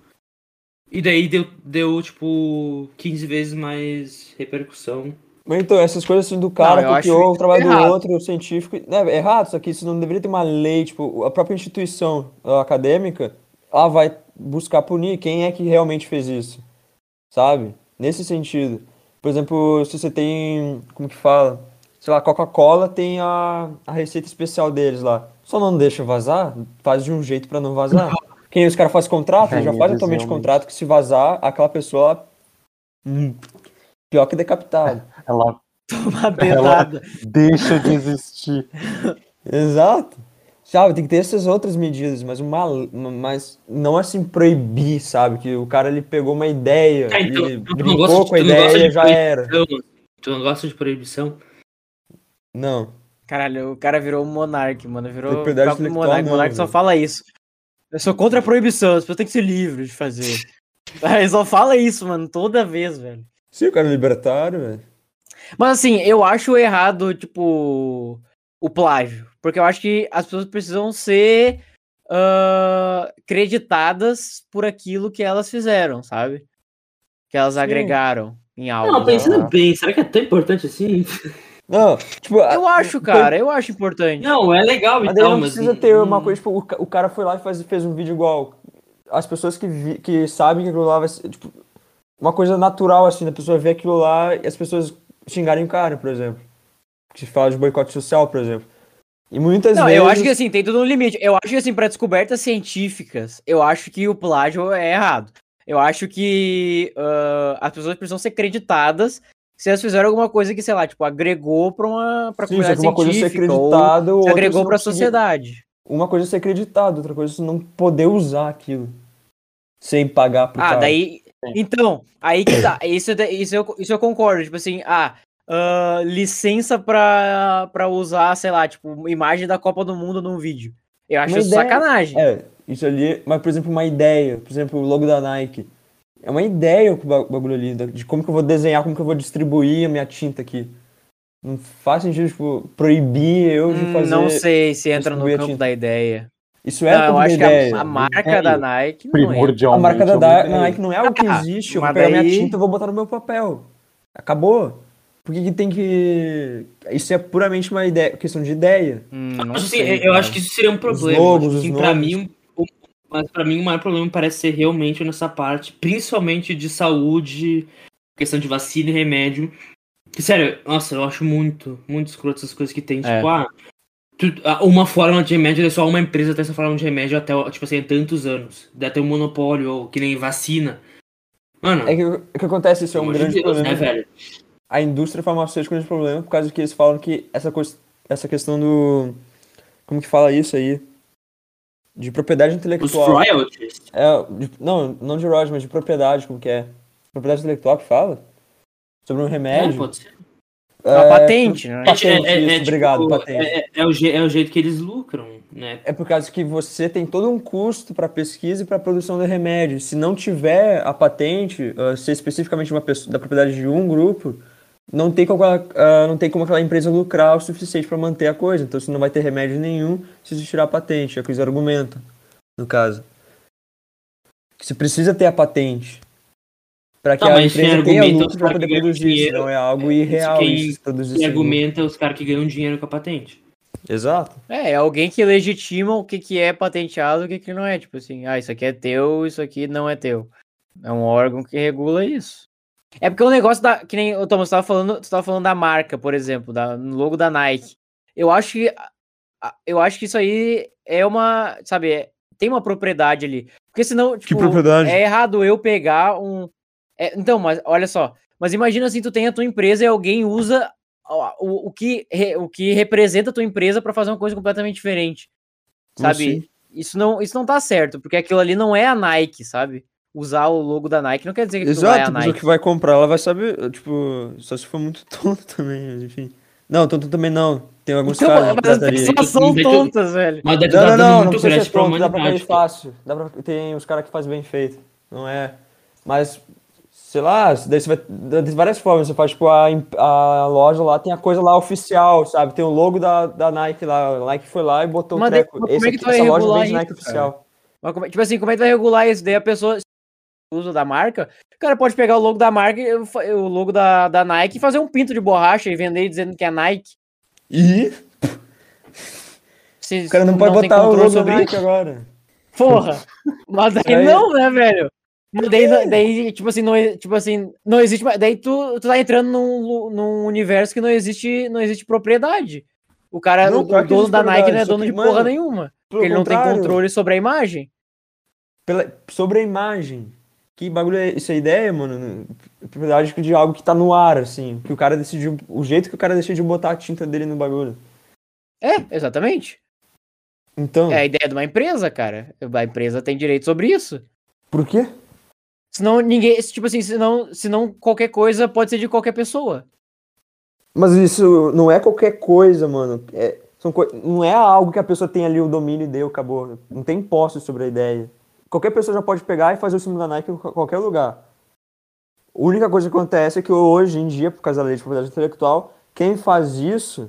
S4: E daí deu, deu tipo, 15 vezes mais repercussão.
S6: Mas Então, essas coisas assim do cara
S1: Não, eu
S6: copiou
S1: acho
S6: o trabalho
S1: errado.
S6: do outro, o científico. Né, é errado, só que isso não deveria ter uma lei, tipo, a própria instituição ó, acadêmica, ela vai buscar punir quem é que realmente fez isso. Sabe? Nesse sentido. Por exemplo, se você tem. Como que fala? Sei lá, Coca-Cola tem a, a receita especial deles lá. Só não deixa vazar, faz de um jeito pra não vazar. Quem os caras fazem contrato,
S1: É,
S6: eles já
S2: Aí,
S6: fazem
S2: eles
S6: atualmente
S2: realmente-
S6: contrato que se vazar, aquela pessoa. hum, pior que decapitada.
S2: Ela
S1: Uma pedrada.
S2: deixa de existir.
S6: Exato. Sabe, tem que ter essas outras medidas, mas uma, mas não assim proibir, sabe? Que o cara ele pegou uma ideia
S4: Ah, então,
S6: e
S4: tu não
S6: brincou
S4: gosta de-
S6: com a
S4: tu não gosta
S6: ideia
S4: de
S6: já
S4: proibir.
S6: era.
S4: Então, tu não gosta de proibição?
S6: Não.
S1: Caralho, o cara virou um monarque, mano. Virou
S6: Propriedade
S1: próprio
S6: intelectual
S1: monarque.
S6: não, né?
S1: monarque só
S6: velho.
S1: fala isso. Eu sou contra a proibição, as pessoas têm que ser livres de fazer. (laughs) Ele só fala isso, mano, toda vez, velho.
S6: Sim, o cara é libertário, velho.
S1: Mas assim, eu acho errado, tipo, o plágio. Porque eu acho que as pessoas precisam ser ah, creditadas por aquilo que elas fizeram, sabe? Que elas agregaram em algo.
S4: Não,
S2: pensando
S4: pensando bem, será que é tão importante assim?
S6: Não, tipo, a-
S1: Eu acho, cara, eu acho importante.
S4: Não, é legal e
S6: mas daí
S4: tal,
S6: não
S4: mas. hum.
S6: precisa ter uma coisa, tipo, o ca- o cara foi lá e faz, fez um vídeo igual. As pessoas que, vi- que sabem que aquilo lá vai ser, tipo, uma coisa natural, assim, da pessoa ver aquilo lá e as pessoas xingarem o cara, por exemplo. Que se fala de boicote social, por exemplo. E muitas
S1: Não,
S6: vezes.
S1: eu acho que assim, tem tudo um limite. Eu acho que assim, para descobertas científicas, eu acho que o plágio é errado. Eu acho que ah, as pessoas precisam ser creditadas se elas fizeram alguma coisa que, sei lá, tipo, agregou pra uma pra
S6: Sim, só
S1: comunidade
S6: que uma coisa é ser
S1: científica ou
S6: acreditado,
S1: se
S6: outra você
S1: agregou
S6: não
S1: pra
S6: conseguir-
S1: sociedade.
S6: Uma coisa é ser acreditado, outra coisa é você não poder usar aquilo. Sem pagar pro
S1: Ah,
S6: cara.
S1: daí.
S6: É.
S1: Então, aí que tá. Isso, da- isso, eu, isso eu concordo. Tipo assim, ah, ah, licença pra, pra usar, sei lá, tipo, imagem da Copa do Mundo num vídeo. Eu acho
S6: Uma
S1: isso
S6: ideia-
S1: sacanagem.
S6: É, isso ali. Mas, por exemplo, uma ideia. Por exemplo, o logo da Nike. É uma ideia o ba- bagulho ali, da- de como que eu vou desenhar, como que eu vou distribuir a minha tinta aqui. Não faz sentido, tipo, proibir eu de
S1: Hum,
S6: fazer.
S1: não sei se entra no
S6: distribuir a
S1: campo
S6: tinta.
S1: da ideia.
S6: Isso é
S1: não, eu
S6: uma
S1: acho
S6: ideia.
S1: que a- a,
S6: uma
S1: marca
S6: ideia.
S1: da Nike não é.
S6: A
S2: Primordialmente.
S6: marca da
S2: é uma
S6: da
S2: ideia.
S4: Ah,
S6: Nike não é algo que existe. Eu vou
S1: mas
S6: pegar minha
S1: daí-
S6: tinta e vou botar no meu papel. Acabou. Por que, que tem que. Isso é puramente uma ideia, questão de ideia.
S7: Hum, não
S4: Mas, assim,
S7: sei,
S4: eu
S7: cara.
S4: acho que isso seria um problema.
S6: logos,
S4: Acho que,
S6: os
S4: pra
S6: nomes.
S4: mim, um- mas pra mim o maior problema parece ser realmente nessa parte, principalmente de saúde, questão de vacina e remédio. Que, sério, nossa, eu acho muito, muito escroto essas coisas que tem. Tipo,
S7: É.
S4: ah, tu- ah, uma forma de remédio, é só uma empresa tem essa forma de remédio até, tipo assim, tantos anos. Deve ter um monopólio, ou que nem vacina. Mano,
S6: É que o que acontece, isso é
S4: pelo
S6: um
S4: amor de
S6: grande
S4: Deus,
S6: problema.
S4: né, velho?
S6: a indústria farmacêutica é um grande problema por causa que eles falam que essa, cois- essa questão do. Como que fala isso aí? De propriedade
S4: Os
S6: intelectual.
S4: royalties.
S6: É, de- não, não de royalties, mas de propriedade, como que é? Propriedade intelectual que fala? Sobre um
S4: É,
S6: remédio?
S4: pode ser.
S1: É uma patente, né?
S6: patente, isso, obrigado,
S4: tipo,
S6: patente.
S4: É, é o je- é o jeito que eles lucram, né?
S6: É por causa que você tem todo um custo para pesquisa e para produção do remédio. Se não tiver a patente, ah, se é especificamente uma pessoa, da propriedade de um grupo, não tem como, aquela- ah, não tem como aquela empresa lucrar o suficiente para manter a coisa. Então você não vai ter remédio nenhum se você tirar a patente. É o que eles argumentam, no caso. Que Você precisa ter a patente. Para que a
S4: Tá, mas quem
S6: empresa tenha
S4: argumenta
S6: lucro
S4: os
S6: para
S4: caras
S6: poder
S4: que ganham
S6: produzir.
S4: dinheiro,
S6: Senão é algo irreal
S4: quem-
S6: isso, produzir
S4: E
S6: sem lucro.
S4: argumenta os caras que ganham dinheiro com a patente.
S6: Exato.
S1: É, é alguém que legitima o que, que é patenteado e o que, que não é. Tipo assim, ah, isso aqui é teu, isso aqui não é teu. É um órgão que regula isso. É porque o negócio da. Que nem. Ô, Thomas, você tava falando, você tava falando da marca, por exemplo, da, no logo da Nike. Eu acho que. a- a- Eu acho que isso aí é uma. Sabe, é- tem uma propriedade ali. Porque senão. Tipo,
S6: propriedade?
S1: É errado eu pegar um. é, então, mas olha só. Mas imagina assim, tu tem a tua empresa e alguém usa a- o, o que, re- o que representa a tua empresa para fazer uma coisa completamente diferente.
S6: Como assim?
S1: Sabe? Isso não, isso não tá certo, porque aquilo ali não é a Nike, sabe? Usar o logo da Nike não quer dizer que aquilo lá é a
S6: Exato, a pessoa
S1: Nike.
S6: que vai comprar, ela vai saber, tipo, só se for muito (laughs) tonto também, mas enfim. Não, tonto também não. Tem alguns
S1: Então,
S6: casos de
S1: mas as
S6: pirataria.
S1: pessoas são
S4: Não,
S1: tontas, velho.
S4: Mas deve
S6: Não,
S4: dar
S6: não,
S4: dano
S6: não, não
S4: muito
S6: precisa
S4: grande
S6: ser
S4: pra
S6: pronto, dá pra fazer
S4: humanidade. cara.
S6: fácil. Dá pra... Tem os caras que fazem bem feito, não é? Mas, sei lá, daí você vai... dá- Tem várias formas, você faz, tipo, a, imp- a loja lá, tem a coisa lá oficial, sabe? Tem o logo da, da Nike lá, a Nike foi lá e botou
S1: Mas
S6: o
S1: daí,
S6: treco.
S1: como é
S6: Esse
S1: que
S6: aqui,
S1: tu vai
S6: essa loja
S1: regular
S6: vende Nike
S1: isso,
S6: oficial.
S1: Mas como é- tipo assim, como é que vai regular isso? Daí a pessoa usa da marca, o cara pode pegar o logo da marca, e fa- o logo da, da Nike e fazer um pinto de borracha e vender dizendo que é Nike.
S6: E
S1: Se,
S6: o cara não
S1: se
S6: pode
S1: tem
S6: botar o
S1: controle
S6: logo da
S1: sobre
S6: Nike É. agora.
S1: Porra! Mas
S6: (laughs)
S1: daí
S6: Aí-
S1: não, né, velho? Mas daí, não- daí, tipo assim, não, e- tipo assim, não existe. mais- Daí tu, tu tá entrando num, lu- num universo que não existe, não existe propriedade. O cara,
S6: Não,
S1: o,
S6: claro que
S1: dono
S6: existe
S1: da Nike não é
S6: propriedade, só
S1: dono
S6: que,
S1: de porra
S6: mano,
S1: nenhuma.
S6: Pelo
S1: Porque ele não tem
S6: contrário,
S1: controle sobre a imagem.
S6: pela- sobre a imagem. Que bagulho é essa ideia, mano? Propriedade de algo que tá no ar, assim. Que o cara decidiu. O jeito que o cara decidiu botar a tinta dele no bagulho.
S1: É, exatamente.
S6: Então,
S1: É a ideia de uma empresa, cara. A empresa tem direito sobre isso.
S6: por quê?
S1: Senão ninguém. Tipo assim, senão, senão qualquer coisa pode ser de qualquer pessoa.
S6: Mas isso não é qualquer coisa, mano. É, são coi- Não é algo que a pessoa tem ali o domínio e deu, acabou. Não tem posse sobre a ideia. Qualquer pessoa já pode pegar e fazer o símbolo da Nike em qual- qualquer lugar. A única coisa que acontece é que hoje em dia, por causa da lei de propriedade intelectual, quem faz isso,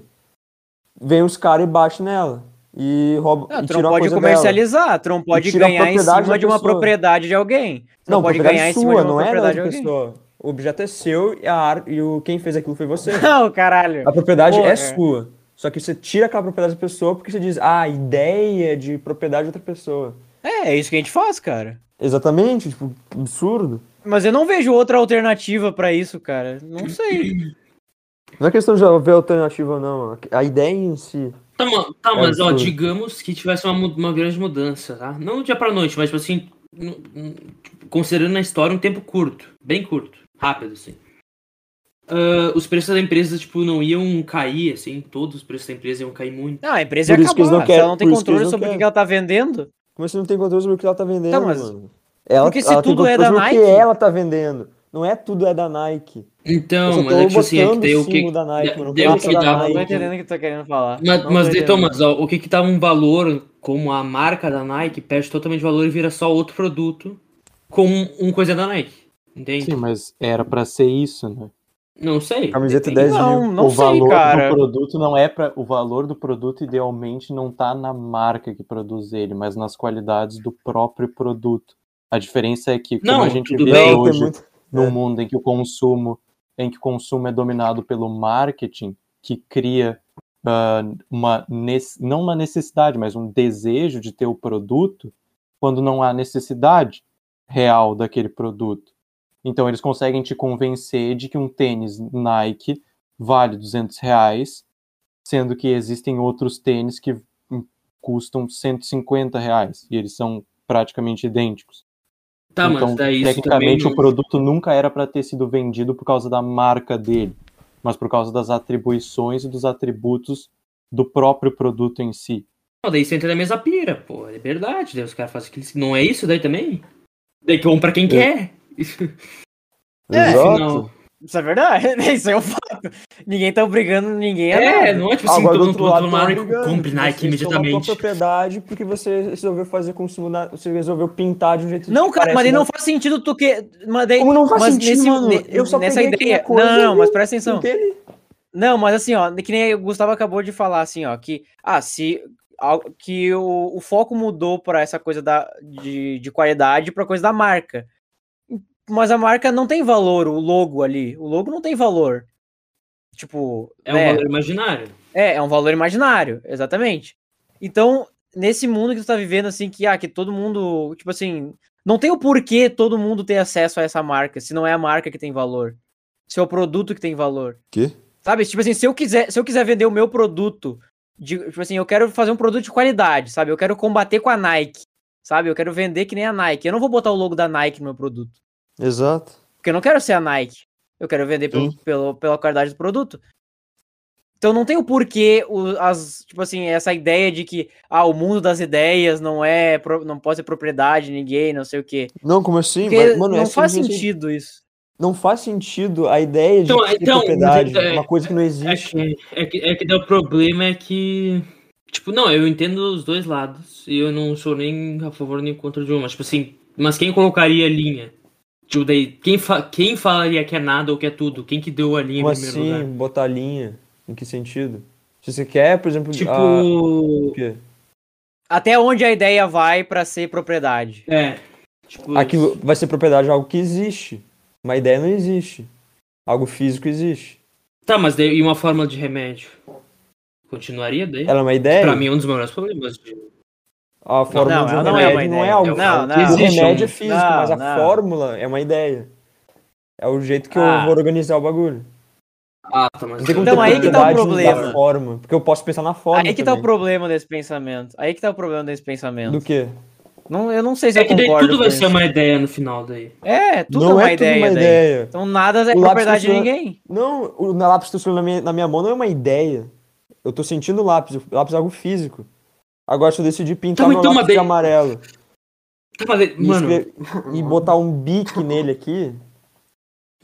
S6: vem os caras e bate nela. E rouba.
S1: Não,
S6: e
S1: tu
S6: tira
S1: não
S6: uma
S1: Ah, pode
S6: coisa
S1: comercializar, tu não pode
S6: tira a
S1: ganhar em
S6: propriedade
S1: cima
S6: da
S1: de uma
S6: pessoa.
S1: propriedade de alguém. Tu
S6: Dela.
S1: não,
S6: Não,
S1: pode
S6: propriedade
S1: ganhar em cima
S6: sua,
S1: de uma
S6: não é da
S1: propriedade de
S6: outra
S1: alguém.
S6: pessoa. O objeto é seu e, a ar... e o... quem fez aquilo foi você.
S1: (laughs) Não, caralho.
S6: A propriedade
S1: Pô,
S6: é
S1: é.
S6: sua. Só que você tira aquela propriedade da pessoa porque você diz, ah, a ideia de propriedade de outra pessoa.
S1: É, é isso que a gente faz, cara.
S6: Exatamente, tipo, absurdo.
S1: Mas eu não vejo outra alternativa pra isso, cara. Não sei.
S6: Não é questão de haver alternativa, não. A ideia em si.
S4: Tá, ma- tá,
S6: É
S4: mas ó,
S6: absurdo.
S4: digamos que tivesse uma, mu- uma grande mudança, tá? Não do dia pra noite, mas tipo assim, num- num- tipo, considerando na história um tempo curto, bem curto, rápido, assim. Ah, os preços da empresa, tipo, não iam cair, assim, todos os preços da empresa iam cair muito.
S1: Não, a empresa ia
S6: Por isso que eles
S1: acabar.
S6: não
S1: Se
S6: querem-
S1: ela não tem
S6: por isso que
S1: controle
S6: eles não
S1: sobre o que
S6: querem.
S1: que ela tá vendendo.
S6: Como você não tem controle sobre o que ela tá vendendo,
S1: Tá, mas-
S6: mano. Ela,
S1: Porque se
S6: ela tem
S1: tudo é da
S6: controle sobre o
S1: Nike-
S6: que ela tá vendendo. Não é tudo é da Nike. Eu
S4: Então,
S6: só
S4: mas
S6: tô
S4: é que tipo assim, é que
S6: botando
S4: daí
S6: o
S4: o que.
S6: símbolo da Nike, mano.
S4: daí
S6: Eu
S1: Não,
S4: o
S6: Nossa,
S4: que
S6: da
S4: dava.
S1: não tô
S6: Nike.
S1: entendendo o que tu tá querendo falar. Não
S4: Mas, mas
S1: tô
S4: daí,
S1: entendendo.
S2: né?
S4: Thomas, ó, o que que dá um valor, como a marca da Nike, perde totalmente valor e vira só outro produto com um, um coisa da Nike. Entende?
S2: Sim, mas era pra ser isso, né?
S4: Não sei.
S6: Camiseta
S4: Depende.
S6: 10 mil.
S1: Não, não
S2: o
S1: sei,
S2: valor
S1: cara.
S2: do produto não é para o valor do produto idealmente não tá na marca que produz ele, mas nas qualidades do próprio produto. A diferença é que como
S4: Não,
S2: a gente
S4: tudo
S2: vê
S4: bem.
S6: Não, tem
S2: hoje
S6: muito.
S2: no
S6: é.
S2: mundo em que o consumo em que o consumo é dominado pelo marketing, que cria ah, uma nes- não uma necessidade, mas um desejo de ter o produto, quando não há necessidade real daquele produto. Então eles conseguem te convencer de que um tênis Nike vale 200 reais, sendo que existem outros tênis que hum, custam 150 reais e eles são praticamente idênticos
S4: Tá,
S2: então,
S4: mas daí isso também.
S2: tecnicamente
S4: Não...
S2: o produto nunca era para ter sido vendido por causa da marca dele, mas por causa das atribuições e dos atributos do próprio produto em si.
S4: Não, daí você entra na mesma pira, pô. É verdade. Daí os caras fazem aquilo. Não é isso daí também? Daí que um pra quem quer. (laughs)
S5: É,
S4: Afinal.
S1: Isso é verdade, (laughs) isso é um fato. Ninguém tá obrigando ninguém a
S4: É,
S1: nada.
S4: não é tipo assim,
S6: Ah, Agora, do
S4: todo mundo
S6: outro lado, tá
S4: tomar
S6: tão brigando,
S4: compre
S6: que
S4: Nike
S6: vocês tomaram
S4: imediatamente.
S6: tua propriedade porque você resolveu fazer consumo, na... você resolveu pintar de um jeito
S1: Não,
S6: que
S1: cara,
S6: parece
S1: mas daí não
S6: uma-
S1: faz sentido tu que. Mas daí,
S6: Como não faz
S1: mas
S6: sentido,
S1: nesse-
S6: mano?
S1: ne-
S6: Eu só
S1: nessa
S6: peguei aquela
S1: ideia.
S6: coisa
S1: não, não,
S6: e-
S1: mas presta atenção.
S6: Dele.
S1: Não, mas assim, ó, que nem o Gustavo acabou de falar, assim, ó, que, ah, se, al- que o, o foco mudou para essa coisa da, de, de qualidade para coisa da marca. Mas a marca não tem valor, o logo ali. O logo não tem valor. Tipo,
S4: É um
S1: né?
S4: valor imaginário.
S1: É, é um valor imaginário, exatamente. Então, nesse mundo que tu tá vivendo, assim, que, ah, que todo mundo, tipo assim, não tem o porquê todo mundo ter acesso a essa marca, se não é a marca que tem valor. Se é o produto que tem valor.
S7: Quê?
S1: Sabe? Tipo assim, se eu quiser, se eu quiser vender o meu produto, de- tipo assim, eu quero fazer um produto de qualidade, sabe? Eu quero combater com a Nike, sabe? Eu quero vender que nem a Nike. Eu não vou botar o logo da Nike no meu produto.
S6: Exato.
S1: Porque eu não quero ser a Nike. Eu quero vender pelo, pelo- pela qualidade do produto. Então não tem o porquê, o- as, tipo assim, essa ideia de que ah, o mundo das ideias não é, pro- não pode ser propriedade de ninguém, não sei o quê.
S6: Não, como assim?
S1: Porque
S6: Mas, mano,
S1: não
S6: essa
S1: faz
S6: gente-
S1: sentido isso.
S6: Não faz sentido a ideia de
S4: Então,
S6: ter
S4: então,
S6: propriedade,
S4: mas é-
S6: uma coisa que não
S4: É
S6: existe.
S4: que, é, que, é que daí o problema é que. Tipo, não, eu entendo os dois lados. E eu não sou nem a favor nem contra de uma. Tipo assim, mas quem colocaria a linha? Tipo, daí, quem, fa quem falaria que é nada ou que é tudo? Quem que deu a linha
S6: Como
S4: em primeiro
S6: assim,
S1: né?
S4: lugar?
S6: botar linha? Em que sentido? Se você quer, por exemplo, ah,
S4: Tipo.
S6: a- o quê?
S1: Até onde a ideia vai pra ser propriedade?
S4: É. Tipo,
S6: aquilo vai ser propriedade de algo que existe. Uma ideia não existe. Algo físico existe.
S4: Tá, mas daí, e uma fórmula de remédio? Continuaria daí?
S6: Ela é uma ideia?
S4: Pra mim é um dos maiores problemas. de-
S6: A fórmula
S1: não,
S6: de
S1: ela
S6: um
S1: não é uma
S6: remédio não é
S1: ideia.
S6: algo
S1: Não, não.
S6: O
S4: Existe
S6: remédio
S4: um-
S6: é físico,
S1: Não,
S6: mas a
S1: não.
S6: fórmula é uma ideia. É o jeito que
S1: Ah.
S6: eu vou organizar o bagulho.
S4: Ah, tá, mas.
S6: Não tem como
S1: Então,
S6: ter
S1: aí que tá o
S6: propriedade
S1: problema.
S6: Da forma, porque eu posso pensar na forma.
S1: Aí que tá o
S6: também.
S1: problema desse pensamento. Aí que tá o problema desse pensamento.
S6: Do quê?
S1: Não, eu não sei se
S4: É
S1: eu
S4: que daí
S1: concordo
S4: tudo
S1: com
S4: vai
S1: isso.
S4: ser uma ideia no final daí.
S1: É, tudo é
S6: não
S1: uma
S6: é
S1: ideia.
S6: tudo uma
S1: daí.
S6: ideia.
S1: Então nada é
S6: O lápis
S1: propriedade de
S6: funciona-
S1: ninguém.
S6: Não, o na lápis que eu escrevo na minha, na minha mão não é uma ideia. Eu tô sentindo o lápis, o lápis é algo físico. Agora, se eu decidir pintar
S4: Então,
S6: meu
S4: então,
S6: lápis
S4: mas
S6: de
S4: daí-
S6: amarelo
S4: Tá, mas daí-
S6: e,
S4: Mano,
S6: escre- e botar um bique nele aqui,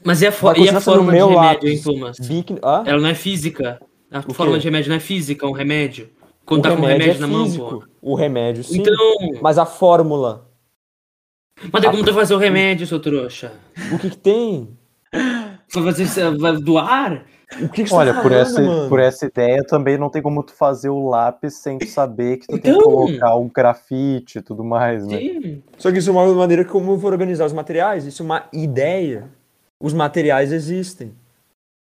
S4: mas e a, fo
S6: Vai
S4: e a
S6: continuar sendo
S4: forma de
S6: meu
S4: remédio,
S6: lápis.
S4: hein, Thomas?
S6: bique... Ah,
S4: Ela não é física. A
S6: quê?
S4: forma de remédio não é física, é um remédio. Quando
S6: o
S4: tá com um
S6: remédio é
S4: remédio na mão, pô.
S6: físico. O remédio, sim.
S4: Então,
S6: Mas a fórmula,
S4: mas daí como tu vai fazer o remédio, seu trouxa?
S6: o que que tem?
S4: Vai fazer isso- vai doar?
S6: O que que você tá
S2: Olha, por
S6: falando,
S2: essa,
S6: mano?
S2: por essa ideia também não tem como tu fazer o lápis sem tu saber que tu tem que
S4: Então-
S2: colocar um grafite e tudo mais, né?
S4: Sim.
S6: Só que isso é uma maneira como eu vou organizar os materiais. Isso é uma ideia. Os materiais existem.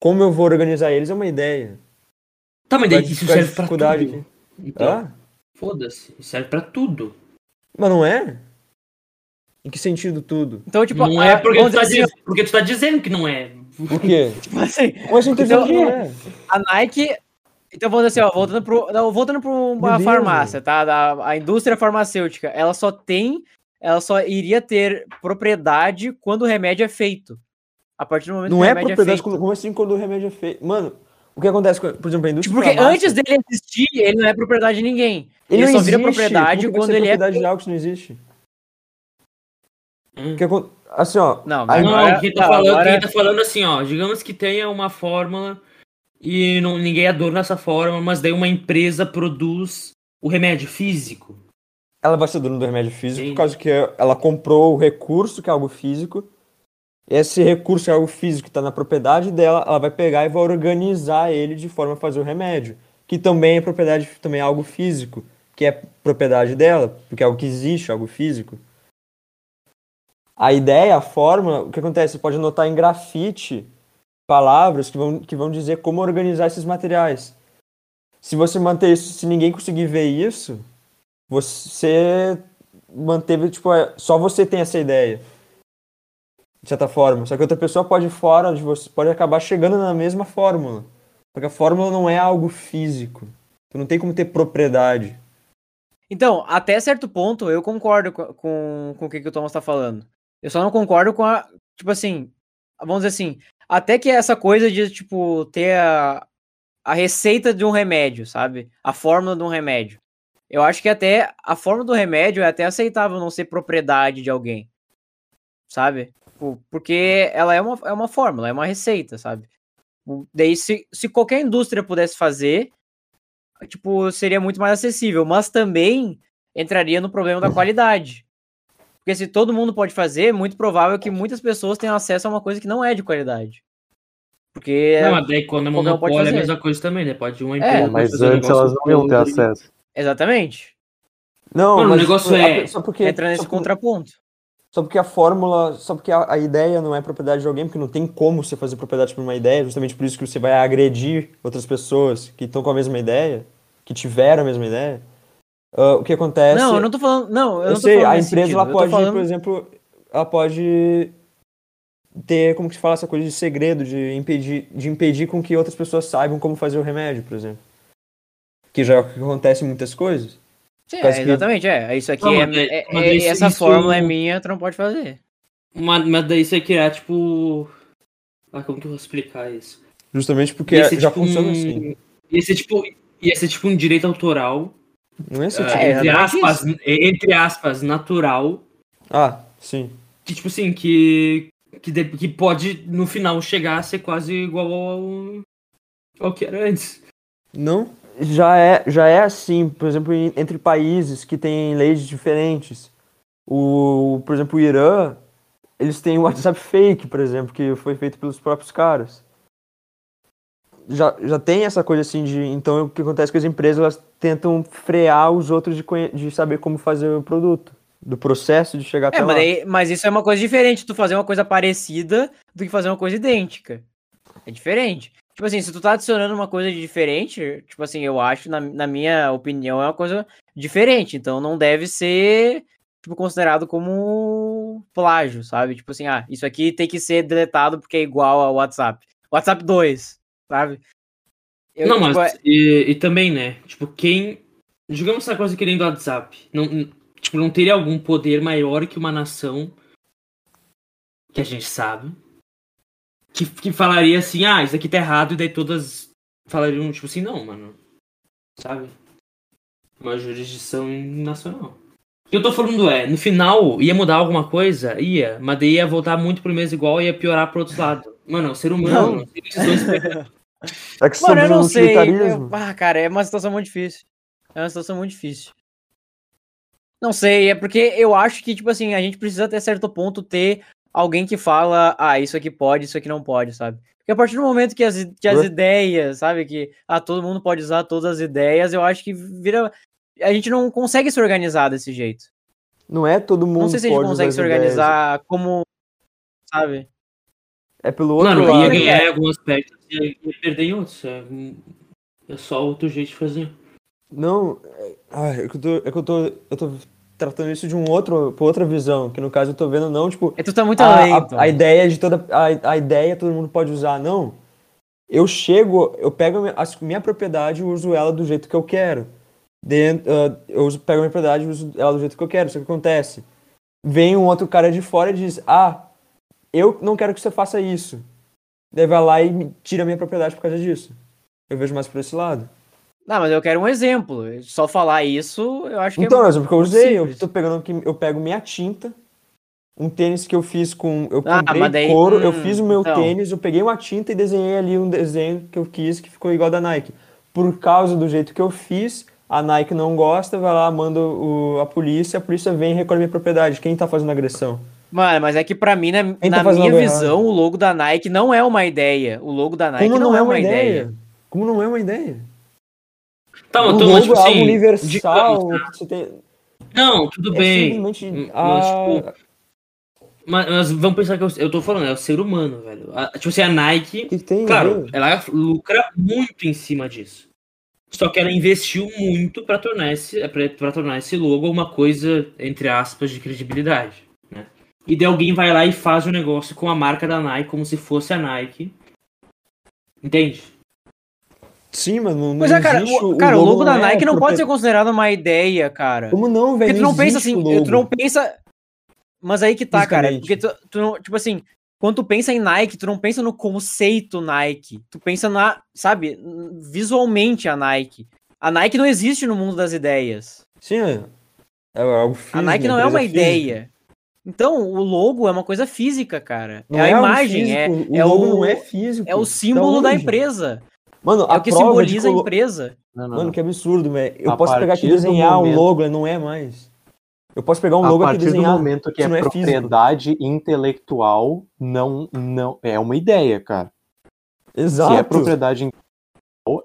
S6: Como eu vou organizar eles é uma ideia.
S4: Tá, mas daí
S6: Qual é a
S4: isso serve pra
S6: dificuldade
S4: tudo. Então,
S6: Ah,
S4: foda-se. Isso serve pra tudo.
S6: mas não é? Em que sentido tudo?
S1: Então, tipo,
S4: não
S1: a-
S4: é porque
S1: vamos
S4: tu, tá
S1: dizer assim,
S4: diz- porque tu tá dizendo que não é.
S6: O quê?
S1: ó, tipo assim,
S6: Como assim tu
S1: Então-
S6: então, é?
S1: A Nike. Então, vamos dizer assim, ó, voltando pro- não, voltando para uma
S6: Meu Deus,
S1: farmácia, tá? Da, a indústria farmacêutica, ela só tem, ela só iria ter propriedade quando o remédio é feito. A partir do momento
S6: Não
S1: que o
S6: é
S1: remédio é
S6: propriedade.
S1: feito.
S6: Como como assim quando o remédio é feito? Mano, o que acontece, com, por exemplo, a indústria.
S1: Tipo, porque
S6: farmacêutica,
S1: antes dele existir, ele não é propriedade de ninguém. Ele,
S6: não
S1: só vira
S6: existe.
S1: propriedade
S6: Como que vai
S1: quando
S6: ser
S1: ele é.
S6: propriedade de algo que não existe.
S4: Hum.
S6: O que acon- Assim, ó.
S1: Não,
S6: Aí-
S1: mas
S4: Não,
S1: agora-
S4: quem, tá
S1: não,
S4: falando,
S1: agora-
S4: quem tá falando assim, ó, digamos que tenha uma fórmula e não, ninguém adora essa fórmula, mas daí uma empresa produz o remédio físico.
S6: Ela vai ser dona do remédio físico
S4: Sim.
S6: por causa que ela comprou o recurso, que é algo físico. Esse recurso que é algo físico, que está na propriedade dela, ela vai pegar e vai organizar ele de forma a fazer o remédio. Que também é propriedade, também é algo físico, que é propriedade dela, porque é algo que existe, algo físico. A ideia, a fórmula, o que acontece? Você pode anotar em grafite palavras que vão, que vão dizer como organizar esses materiais. Se você manter isso, se ninguém conseguir ver isso, você manteve, tipo, é- só você tem essa ideia. De certa forma. Só que outra pessoa pode ir fora de você, pode acabar chegando na mesma fórmula. Porque a fórmula não é algo físico. Tu não tem como ter propriedade.
S1: Então, até certo ponto, eu concordo co- com, com o que, que o Thomas tá falando. Eu só não concordo com a. Tipo assim, vamos dizer assim, até que essa coisa de, tipo, ter a, a receita de um remédio, sabe? A fórmula de um remédio. Eu acho que até a fórmula do remédio é até aceitável não ser propriedade de alguém. Sabe? Tipo, Porque ela é uma, é uma fórmula, é uma receita, sabe? Tipo, Daí, se, se qualquer indústria pudesse fazer, tipo, seria muito mais acessível, mas também entraria no problema da qualidade. Porque se todo mundo pode fazer, é muito provável que muitas pessoas tenham acesso a uma coisa que não é de qualidade. Porque
S4: Não, mas daí quando é
S1: Qualquer um pode
S4: monopólio é a
S1: fazer.
S4: mesma coisa também, né? Pode uma
S1: É,
S4: empresa.
S2: mas
S4: fazer um
S2: antes
S4: negócio
S2: elas não iam ter
S4: outro e-
S2: acesso.
S1: exatamente,
S6: Não,
S4: Mano, o
S6: mas
S4: negócio
S6: a-
S4: é-
S6: Só porque, tipo,
S1: entra nesse
S6: só, por-
S1: contraponto.
S6: só porque a fórmula. Só porque a, a ideia não é propriedade de alguém, porque não tem como você fazer propriedade por uma ideia, justamente por isso que você vai agredir outras pessoas que estão com a mesma ideia, que tiveram a mesma ideia. Ah, o que acontece.
S1: Não, eu não tô falando. Não, eu,
S6: Eu
S1: não tô
S6: sei,
S1: falando
S6: a
S1: nesse
S6: empresa
S1: sentido,
S6: ela
S1: eu tô
S6: pode,
S1: falando-
S6: por exemplo, ela pode ter, como que se fala, essa coisa de segredo, de impedir, de impedir com que outras pessoas saibam como fazer o remédio, por exemplo. Que já acontece em muitas coisas.
S1: Sim,
S6: causa
S1: é,
S6: que-
S1: exatamente, é. Isso aqui
S4: Não,
S1: é,
S4: mas daí-
S1: é-
S4: mas
S1: é-
S4: isso-
S1: Essa
S4: isso-
S1: fórmula é minha, tu não pode fazer.
S4: Mas, mas daí você criar, tipo. Ah, como que eu vou explicar isso?
S6: Justamente porque
S4: Ia ser,
S6: já
S4: tipo,
S6: funciona
S4: um-
S6: assim.
S4: Ia ser tipo. Ia ser tipo um direito autoral.
S6: Não é
S4: ah,
S6: sentido.
S1: É,
S4: entre,
S1: exatamente
S4: aspas, entre aspas, natural.
S6: Ah, sim.
S4: Que tipo assim, que. Que, de- que pode no final chegar a ser quase igual ao. ao que era antes.
S6: Não? Já é, já é assim, por exemplo, em- entre países que têm leis diferentes. O, por exemplo, o Irã, eles têm o WhatsApp (laughs) fake, por exemplo, que foi feito pelos próprios caras. Já, já tem essa coisa assim de. Então, o que acontece é que as empresas elas tentam frear os outros de, conhe- de saber como fazer o produto, do processo de chegar
S1: É,
S6: até lá.
S1: mas, daí- mas isso é uma coisa diferente, tu fazer uma coisa parecida do que fazer uma coisa idêntica. É diferente. Tipo assim, se tu tá adicionando uma coisa de diferente, tipo assim, eu acho, na, na minha opinião, é uma coisa diferente. Então não deve ser, tipo, considerado como plágio, sabe? Tipo assim, ah, isso aqui tem que ser deletado porque é igual ao WhatsApp. WhatsApp 2, sabe? Eu,
S4: não,
S1: tipo,
S4: mas.
S1: é-
S4: E, e também, né? Tipo, quem. Digamos essa coisa querendo WhatsApp. Não, n- tipo, não teria algum poder maior que uma nação. Que a gente sabe. Que, que falaria assim, ah, isso aqui tá errado, e daí todas falariam, tipo assim, não, mano. Sabe? Uma jurisdição nacional. O que eu tô falando é, no final, ia mudar alguma coisa? Ia, mas daí ia voltar muito pro mesmo igual e ia piorar pro outro lado. Mano, o ser humano,
S1: Não.
S4: não tem decisões
S6: É que
S1: Mano, eu
S6: somos um
S1: não sei.
S6: utilitarismo.
S1: eu- Ah, cara, é uma situação muito difícil. É uma situação muito difícil. Não sei, é porque eu acho que, tipo assim, a gente precisa até certo ponto ter alguém que fala, ah, isso aqui pode, isso aqui não pode, sabe? Porque a partir do momento que as, i- que as
S6: Ué?
S1: ideias, sabe, que ah, todo mundo pode usar todas as ideias, eu acho que vira. A gente não consegue se organizar desse jeito.
S6: Não é todo mundo
S1: não sei se a gente
S6: pode usar
S1: consegue
S6: as
S1: se
S6: ideias.
S1: organizar como. Sabe?
S6: É pelo outro
S4: Mano, ia
S6: lado.
S4: ganhar em assim. alguns aspectos e ia perder em outros. É, hum, é só outro jeito de fazer.
S6: Não, é- ah, é que eu tô, é que eu tô, eu tô tratando isso de um outro, por outra visão, que no caso eu tô vendo não, tipo,
S1: É, tu tá muito
S6: a,
S1: além.
S6: a-
S1: Tom.
S6: a ideia de toda, a, a ideia todo mundo pode usar, não. Eu chego, eu pego a minha, as- minha propriedade e uso ela do jeito que eu quero. Dentro, ah, eu uso, pego a minha propriedade e uso ela do jeito que eu quero, isso é que acontece. Vem um outro cara de fora e diz, ah, eu não quero que você faça isso. Daí vai lá e me tira a minha propriedade por causa disso. Eu vejo mais por esse lado.
S1: Não, mas eu quero um exemplo. Só falar isso, eu acho que
S6: Então,
S1: é.
S6: mas é porque eu usei, eu
S1: simples.
S6: tô pegando que eu pego minha tinta, um tênis que eu fiz com eu
S1: Ah,
S6: comprei
S1: mas daí-
S6: couro, eu
S1: hum,
S6: fiz o meu
S1: então.
S6: tênis, eu peguei uma tinta e desenhei ali um desenho que eu quis que ficou igual da Nike. Por causa do jeito que eu fiz, a Nike não gosta, vai lá, manda o- a polícia, a polícia vem e recolhe minha propriedade. Quem tá fazendo agressão?
S1: Mano, mas é que pra mim, na,
S6: tá
S1: na
S6: fazendo
S1: minha
S6: algo
S1: visão, o logo da Nike não é uma ideia. O logo da Nike
S6: Como não, é uma ideia? Como não é uma ideia?
S4: Tá,
S6: O
S4: mas
S6: logo
S4: então, tipo
S6: é algo
S4: assim,
S6: universal,
S4: digamos, tá?
S6: você tem,
S4: Não, tudo
S6: é ah,
S4: bem. Hum, tipo,
S6: simplesmente
S4: Mas,
S6: a-
S4: Mas, mas vamos pensar que eu, eu tô falando, é o ser humano, velho. A- tipo assim, a Nike,
S6: O que, que tem?
S4: claro,
S6: velho?
S4: ela lucra muito em cima disso. Só que ela investiu muito pra tornar esse, é pra, pra tornar esse logo uma coisa, entre aspas, de credibilidade. Né? E daí alguém vai lá e faz o negócio com a marca da Nike como se fosse a Nike. Entende?
S6: Sim, mano. não-
S1: Pois
S6: não
S1: é, cara,
S6: existe
S1: o, cara, o logo da
S6: não é
S1: Nike não pode ser
S6: propria-
S1: considerado uma ideia, cara.
S6: Como não, velho?
S1: É. Porque tu não pensa
S6: existe
S1: assim,
S6: o logo.
S1: tu não pensa. Mas aí que tá, cara.
S6: Justamente.
S1: Porque tu, tu não, tipo assim, quando tu pensa em Nike, tu não pensa no conceito Nike. Tu pensa na, sabe, visualmente a Nike. A Nike não existe no mundo das ideias.
S6: Sim, é. É algo físico.
S1: a Nike não é
S6: empresa
S1: uma
S6: física.
S1: ideia. Então, o logo é uma coisa física, cara.
S6: Não
S1: é a
S6: algo
S1: imagem, é,
S6: físico,
S1: é
S6: o logo
S1: o-
S6: não é físico.
S1: é o
S6: Da
S1: símbolo da
S6: onde?
S1: empresa.
S6: Mano,
S1: É
S6: a
S1: o que
S6: prova de
S1: simboliza a
S6: colo-
S1: empresa.
S2: Não, não,
S6: Mano,
S2: não.
S6: que absurdo, velho. Eu
S2: A
S6: posso pegar aqui
S2: partir
S6: e
S2: do
S6: desenhar
S2: momento-
S6: o logo, ele não é mais. Eu posso pegar um
S2: a
S6: logo aqui e
S2: partir do
S6: desenhar.
S2: momento que
S6: isso
S2: é
S6: não é físico.
S2: propriedade intelectual, não, não é uma ideia, cara.
S6: Exato.
S2: Se é propriedade intelectual,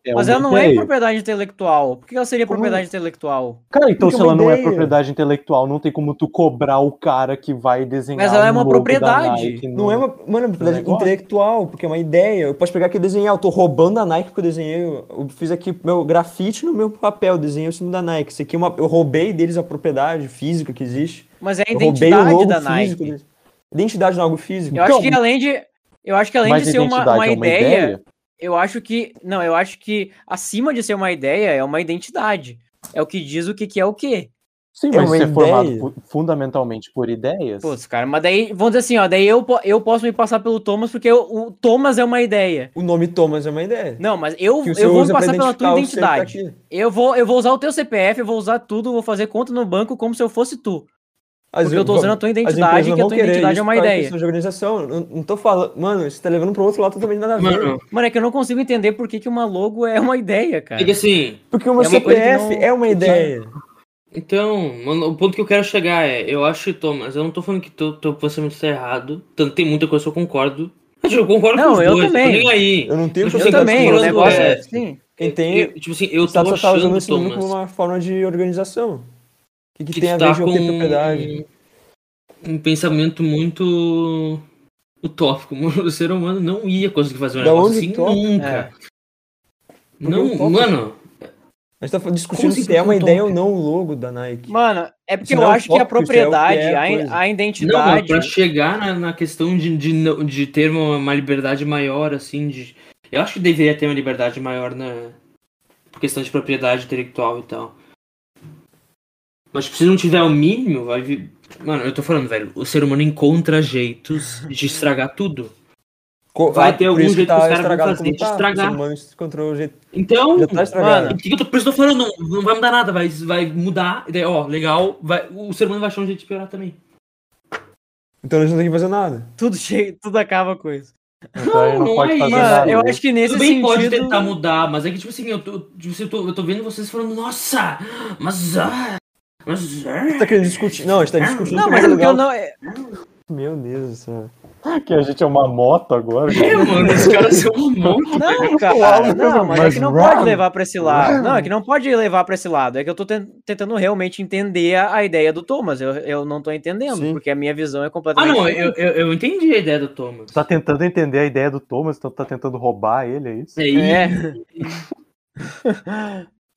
S2: é
S1: Mas
S2: uma
S1: ela não é
S2: ideia.
S1: propriedade intelectual. Por que ela seria
S6: Como-
S1: propriedade intelectual?
S2: Cara, então
S6: Porque
S2: se
S6: é uma
S2: ela não é
S6: ideia.
S2: propriedade intelectual, não tem como tu cobrar o cara que vai desenhar.
S1: Mas ela é uma
S2: um logo da
S1: propriedade.
S2: Nike no-
S6: Não é uma, mano, é uma propriedade
S2: um negócio.
S6: intelectual, porque é uma ideia. Eu posso pegar aqui e desenhar. Eu tô roubando a Nike porque eu desenhei. Eu eu fiz aqui meu grafite no meu papel, eu desenhei o símbolo da Nike. Isso aqui é uma, eu roubei deles a propriedade física que existe.
S1: Mas é a
S6: Eu roubei o
S1: identidade
S6: logo
S1: da Nike.
S6: físico. deles. Identidade não é algo físico.
S1: Eu acho que além de, eu acho que além
S2: Mas
S1: de ser uma,
S2: identidade
S1: uma
S2: é
S1: ideia, eu acho que não, eu acho que acima de ser uma ideia é uma identidade. É o que diz o que, que é o quê.
S2: Sim,
S6: É
S2: mas
S6: uma
S2: isso é formado
S6: ideia.
S2: fu- fundamentalmente por ideias.
S1: Putz, cara, mas daí, vamos dizer assim, ó, daí eu, po- eu posso me passar pelo Thomas porque eu- o Thomas é uma ideia.
S6: O nome Thomas é uma ideia.
S1: Não, mas eu,
S6: que o
S1: eu
S6: senhor
S1: vou me
S6: usa pra
S1: passar pela tua
S6: identificar o ser que tá
S1: identidade.
S6: aqui.
S1: Eu vou, eu vou usar o teu CPF, eu vou usar tudo, vou fazer conta no banco como se eu fosse tu.
S6: Às
S1: Porque
S6: vezes-
S1: eu tô usando a tua
S6: As
S1: identidade,
S6: empresas
S1: que a
S6: não
S1: tua
S6: vão querer
S1: identidade
S6: isso
S1: é uma
S6: por causa da
S1: ideia.
S6: questão de organização. Não, não tô falando. Mano, você tá levando pro outro lado totalmente nada a ver.
S4: Mano,
S1: Mano, é que eu não consigo entender por que, que uma logo é uma ideia, cara.
S4: é que assim,
S6: Porque uma
S4: É uma coisa que
S6: CPF
S4: não-
S6: é uma ideia.
S4: Então, mano, o ponto que eu quero chegar é, eu acho, Thomas, eu não tô falando que teu, teu pensamento está errado, tanto tem muita coisa que eu concordo. (laughs) Mas eu concordo
S1: Não,
S4: com os
S1: eu
S4: dois,
S1: também.
S4: tô nem aí.
S6: Eu não tenho
S4: Eu
S1: eu
S6: propriedade
S1: também, o
S6: sobre
S4: falando,
S1: negócio
S4: é,
S1: é... Sim.
S6: Quem tem,
S4: Eu- tipo assim, eu
S6: Você tá, só
S4: tô
S6: tá usando
S4: achando,
S6: esse nome
S4: Thomas,
S6: como uma forma de organização. O que, que
S4: que
S6: tem a
S4: tu tá
S6: ver com
S4: com
S6: ter propriedade?
S4: um pensamento muito utópico. (laughs) Mano, O ser humano não ia conseguir fazer um
S6: Da
S4: negócio
S6: onde
S4: assim
S6: utópico? É.
S4: nunca.
S6: Porque é
S4: Não,
S6: utópico-
S4: mano,
S6: A gente tá
S4: Como
S6: discutindo
S4: assim
S6: se é uma
S4: utópico?
S6: ideia ou não o logo da Nike.
S1: Mano, é porque
S6: Isso
S1: eu
S6: não é
S1: acho que a
S6: utópico, isso é o que é a
S1: propriedade, a,
S6: coisa.
S1: a
S4: Não, mas
S1: identidade.
S4: pra chegar na, na questão de, de, não- de ter uma, uma liberdade maior, assim, de. Eu acho que deveria ter uma liberdade maior na. Por questão de propriedade intelectual e tal. Mas tipo, se não tiver o mínimo, vai vir. Mano, eu tô falando, velho, o ser humano encontra jeitos de estragar tudo.
S6: Co-
S4: vai
S6: ah,
S4: ter
S6: por
S4: algum
S6: isso
S4: jeito que os
S6: tá
S4: caras vão
S6: estragado
S4: fazer
S6: como
S4: de
S6: tá.
S4: estragar.
S6: O ser humano encontrou o jeito.
S4: Então,
S6: Já tá estragado.
S4: mano, por que que eu tô, por isso eu tô falando, não, não vai mudar nada, vai, vai mudar, e daí, ó, legal, vai, o ser humano vai achar um jeito de piorar também.
S6: Então a gente não tem que fazer nada.
S1: Tudo cheio, tudo acaba com isso.
S2: Então ele
S4: Não, não
S2: pode
S4: é
S2: fazer
S4: isso.
S1: Mano,
S2: nada.
S1: eu
S2: né?
S1: acho que nesse
S4: Tudo bem, pode
S1: sentido.
S4: tentar mudar, mas é que, tipo assim, eu tô, tipo, assim, eu tô, eu tô vendo vocês falando, nossa, mas. Ah, mas.
S6: A
S4: Ah.
S6: gente tá querendo discutir. Não, a gente tá discutindo.
S1: Não,
S6: em
S1: mas é
S6: primeiro
S1: porque eu
S6: lugar.
S1: não. é-
S6: Meu Deus do céu.
S2: Que a gente é uma
S1: (laughs)
S2: moto agora.
S4: É, mano, os caras
S6: (laughs)
S4: são um monte.
S1: Não, cara, não, mas é
S2: Mas
S1: que não
S2: round,
S1: pode levar pra esse lado. Não, é que não pode levar pra esse lado. É que eu tô ten- tentando realmente entender a, a ideia do Thomas. Eu, eu não tô entendendo,
S6: Sim.
S1: porque a minha visão é
S4: Ah,
S1: completamente.
S4: não, eu, eu, eu entendi a ideia do Thomas.
S2: Tu tá tentando entender a ideia do Thomas, então tu tá tentando roubar ele, é isso?
S4: É, e-
S1: É,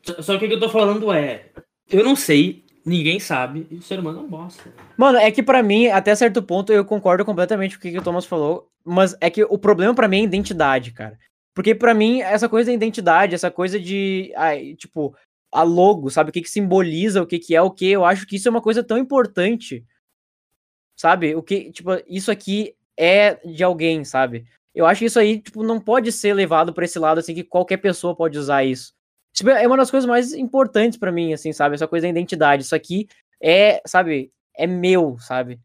S4: só- Só que o que eu tô falando é. Eu não sei, ninguém sabe, e o ser humano não bosta.
S1: Mano, é que pra mim, até certo ponto, eu concordo completamente com o que, que o Thomas falou, mas é que o problema pra mim é identidade, cara. Porque pra mim, essa coisa da identidade, essa coisa de, ai, tipo, a logo, sabe? O que, que simboliza, o que, que é o que, eu acho que isso é uma coisa tão importante, sabe? O que, tipo, isso aqui é de alguém, sabe? Eu acho que isso aí, tipo, não pode ser levado pra esse lado, assim, que qualquer pessoa pode usar isso. Tipo, é uma das coisas mais importantes pra mim, assim, sabe? Essa coisa da identidade. Isso aqui é, sabe? é meu, sabe?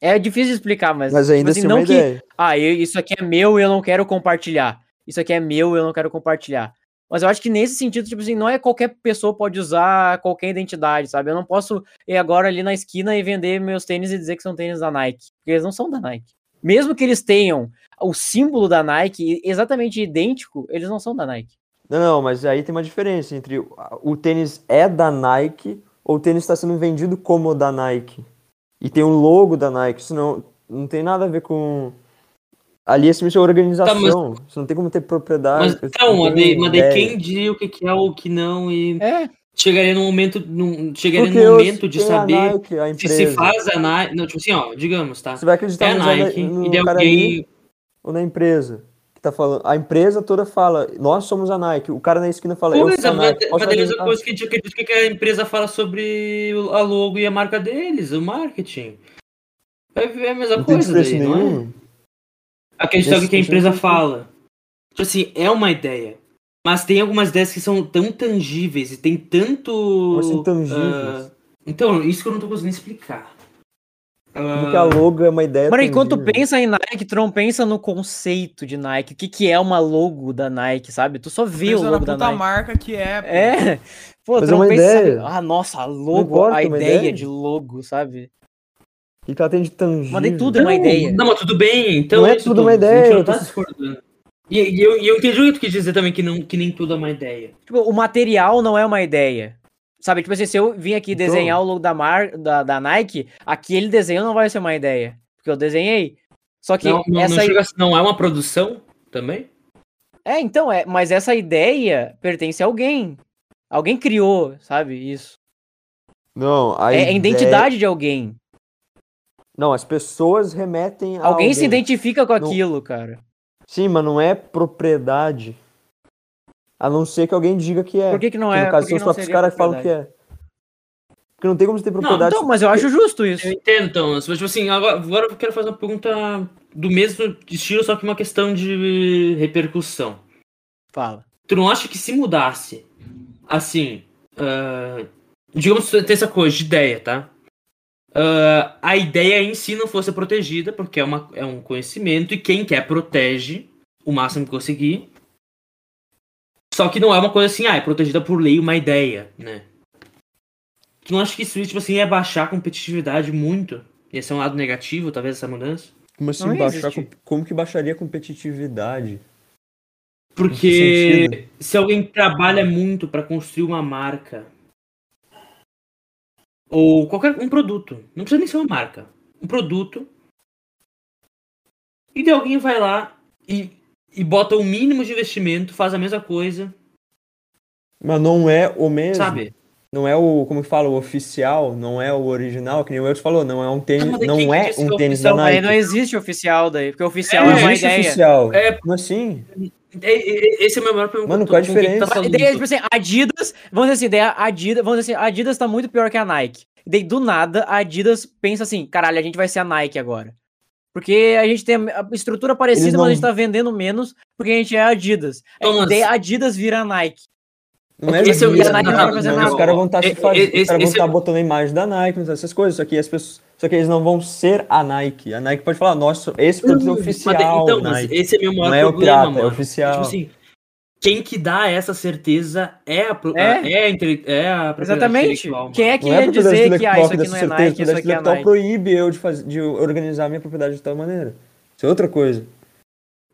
S1: É difícil de explicar, mas.
S6: Mas ainda
S1: assim,
S6: assim,
S1: não
S6: uma
S1: que.
S6: ideia.
S1: Ah, eu- isso aqui é meu e eu não quero compartilhar. Isso aqui é meu e eu não quero compartilhar. Mas eu acho que nesse sentido, tipo assim, não é qualquer pessoa pode usar qualquer identidade, sabe? Eu não posso ir agora ali na esquina e vender meus tênis e dizer que são tênis da Nike. Porque eles não são da Nike. Mesmo que eles tenham o símbolo da Nike exatamente idêntico, eles não são da Nike.
S6: Não, não, mas aí tem uma diferença entre tá o, o tênis é da Nike ou o tênis está sendo vendido como o da Nike. E tem o logo da Nike. Isso não, não tem nada a ver com. Ali é simplesmente organização.
S4: Tá, mas-
S6: Isso não tem como ter propriedade.
S4: Mas então, mas daí, mas daí quem diria o que que é o que não e
S6: É,
S4: chegaria no momento, num, chegaria
S6: porque
S4: no
S6: eu-
S4: momento de
S6: tem a
S4: saber
S6: Nike, a
S4: se se
S6: empresa.
S4: faz a Nike, não, tipo assim, ó, digamos, tá?
S6: Você vai acreditar
S4: É a
S6: no
S4: Nike
S6: no
S4: e daí
S6: cara ali
S4: alguém
S6: ou na empresa que tá falando. A empresa toda fala, nós somos a Nike. O cara na esquina fala, eu sou
S4: Coisa,
S6: a
S4: mas,
S6: Nike. posso
S4: mas daí é a mesma
S6: acreditar?
S4: coisa que a gente acredita que a empresa fala sobre o- a logo e a marca deles, o marketing. É é a mesma
S6: Não tem
S4: coisa daí,
S6: desprezo
S4: não é?
S6: nenhum.
S4: A questão é o que a
S6: Esse-
S4: empresa fala. Tipo assim, é uma ideia. Mas tem algumas ideias que são tão tangíveis e tem tanto.
S6: Como assim, tangíveis?
S4: ah, então, isso que eu não tô conseguindo explicar.
S6: Como que a logo é uma ideia
S1: Mano, enquanto tu
S6: tangível?
S1: pensa em Nike, tu não pensa no conceito de Nike. O que, que é uma logo da Nike, sabe? Tu só vê o
S3: Pensa na
S1: logo da
S3: puta
S1: Nike.
S3: marca que é. pô.
S1: É. Pô,
S6: Mas
S1: tu
S6: é
S1: não
S6: uma
S1: pensa. sabe?
S6: ideia.
S1: Ah, nossa, a logo,
S6: importa,
S1: a
S6: é uma
S1: ideia,
S6: ideia.
S1: de logo, sabe?
S6: O que que ela tem de tangível?
S1: Mas nem tudo é uma ideia.
S4: Não, mas tudo bem. Então
S6: Não é
S4: isso,
S6: tudo uma
S4: Douglas, A gente
S6: ideia,
S4: não
S6: eu tô-
S4: tá discordando. E, e eu, e eu entendi o que tu quis dizer também, que, não, que nem tudo é uma ideia.
S1: Tipo, o material não é uma ideia. Sabe, tipo assim, se eu vim aqui
S6: Então.
S1: desenhar o logo da, mar... da, da Nike, aquele desenho não vai ser uma ideia. Porque eu desenhei. Só que
S4: não, não,
S1: essa
S4: não, chega a- não é uma produção também?
S1: É, então, é, mas essa ideia pertence a alguém. Alguém criou, sabe? Isso.
S6: Não, a
S1: É, a
S6: ideia-
S1: identidade de alguém.
S6: Não, as pessoas remetem a
S1: Alguém se
S6: alguém.
S1: identifica com
S6: Não.
S1: aquilo, cara.
S6: Sim, mas não é propriedade. A não ser que alguém diga que é.
S1: Por que, que não
S6: Que
S1: é?
S6: no caso,
S1: Por que
S6: são
S1: que não
S6: os próprios
S1: seria
S6: caras que falam é que
S1: propriedade?
S6: é. Porque não tem como você ter propriedade.
S1: Não, então, mas eu acho justo isso.
S4: Eu entendo, então. Mas, tipo assim, agora, agora eu quero fazer uma pergunta do mesmo estilo, só que uma questão de repercussão.
S1: Fala.
S4: Tu não acha que se mudasse, assim, ah, digamos que tem essa coisa de ideia, tá? Ah, a ideia em si não fosse protegida, porque é, uma, é um conhecimento, e quem quer protege o máximo que conseguir. Só que não é uma coisa assim, ah, é protegida por lei uma ideia, né? Tu não acha que isso, tipo assim, ia baixar a competitividade muito? Ia ser um lado negativo, talvez, essa mudança?
S6: Como assim
S1: Não ia
S6: baixar
S1: existir.
S6: com- Como que baixaria a competitividade?
S4: Porque
S6: sentido.
S4: se alguém trabalha muito pra construir uma marca ou qualquer um produto, não precisa nem ser uma marca, um produto, e daí alguém vai lá e, e bota o mínimo de investimento, faz a mesma coisa,
S6: Mas não é o mesmo.
S4: sabe?
S6: Não é o, como que fala, o oficial, não é o original, que nem o Elton falou, não é um tênis,
S4: Não, mas quem
S6: não é
S4: disse que é
S6: um
S4: o
S6: tênis da
S4: oficial?
S1: Aí
S6: Nike.
S1: não existe oficial daí, porque oficial
S4: Não
S1: é, uma
S6: existe
S1: ideia.
S6: oficial.
S4: É.
S6: Como assim?
S4: É- é- é- Esse é o meu maior problema.
S6: Mano,
S4: com-
S6: qual a
S4: com quem
S6: diferença?
S4: Tá
S1: A
S4: falando.
S1: ideia, tipo assim, Adidas, vamos dizer assim, ideia Adidas, vamos dizer assim, Adidas tá muito pior que a Nike. E daí, do nada, a Adidas pensa assim, caralho, a gente vai ser a Nike agora. Porque a gente tem a a estrutura parecida,
S6: não-
S1: mas a gente tá vendendo menos, porque a gente é a Adidas.
S4: Thomas.
S1: Daí a Adidas vira a Nike.
S6: Não é
S4: Esse é o-
S6: justo,
S4: esse é o-
S6: não,
S4: não,
S1: não,
S6: não,
S1: não.
S6: Os caras vão estar
S4: Esse-
S6: se fazendo, os
S4: esse-
S6: caras vão
S4: esse-
S6: estar botando a imagem da Nike, essas coisas, só que as pessoas, só que eles não vão ser a Nike. A Nike pode falar, nossa, esse produto é
S4: Mas,
S6: oficial,
S4: então, mas
S6: Nike.
S4: esse é meu maior
S6: Não é o
S4: problema,
S6: pirata,
S4: mano.
S6: é oficial.
S4: Tipo assim, quem que dá essa certeza é a, pro-
S1: É.
S4: é a, intele- é a propriedade
S1: Exatamente.
S4: intelectual, mano.
S1: Quem é que
S6: não é
S1: ia
S6: propriedade
S1: dizer que ah,
S6: intelectual
S1: isso
S6: dá
S1: aqui
S6: essa
S1: não é
S6: certeza, tá
S1: Nike, isso
S6: propriedade
S1: aqui é
S6: intelectual
S1: Nike?
S6: proíbe eu de, fazer, de organizar minha propriedade de tal maneira. Isso é outra coisa.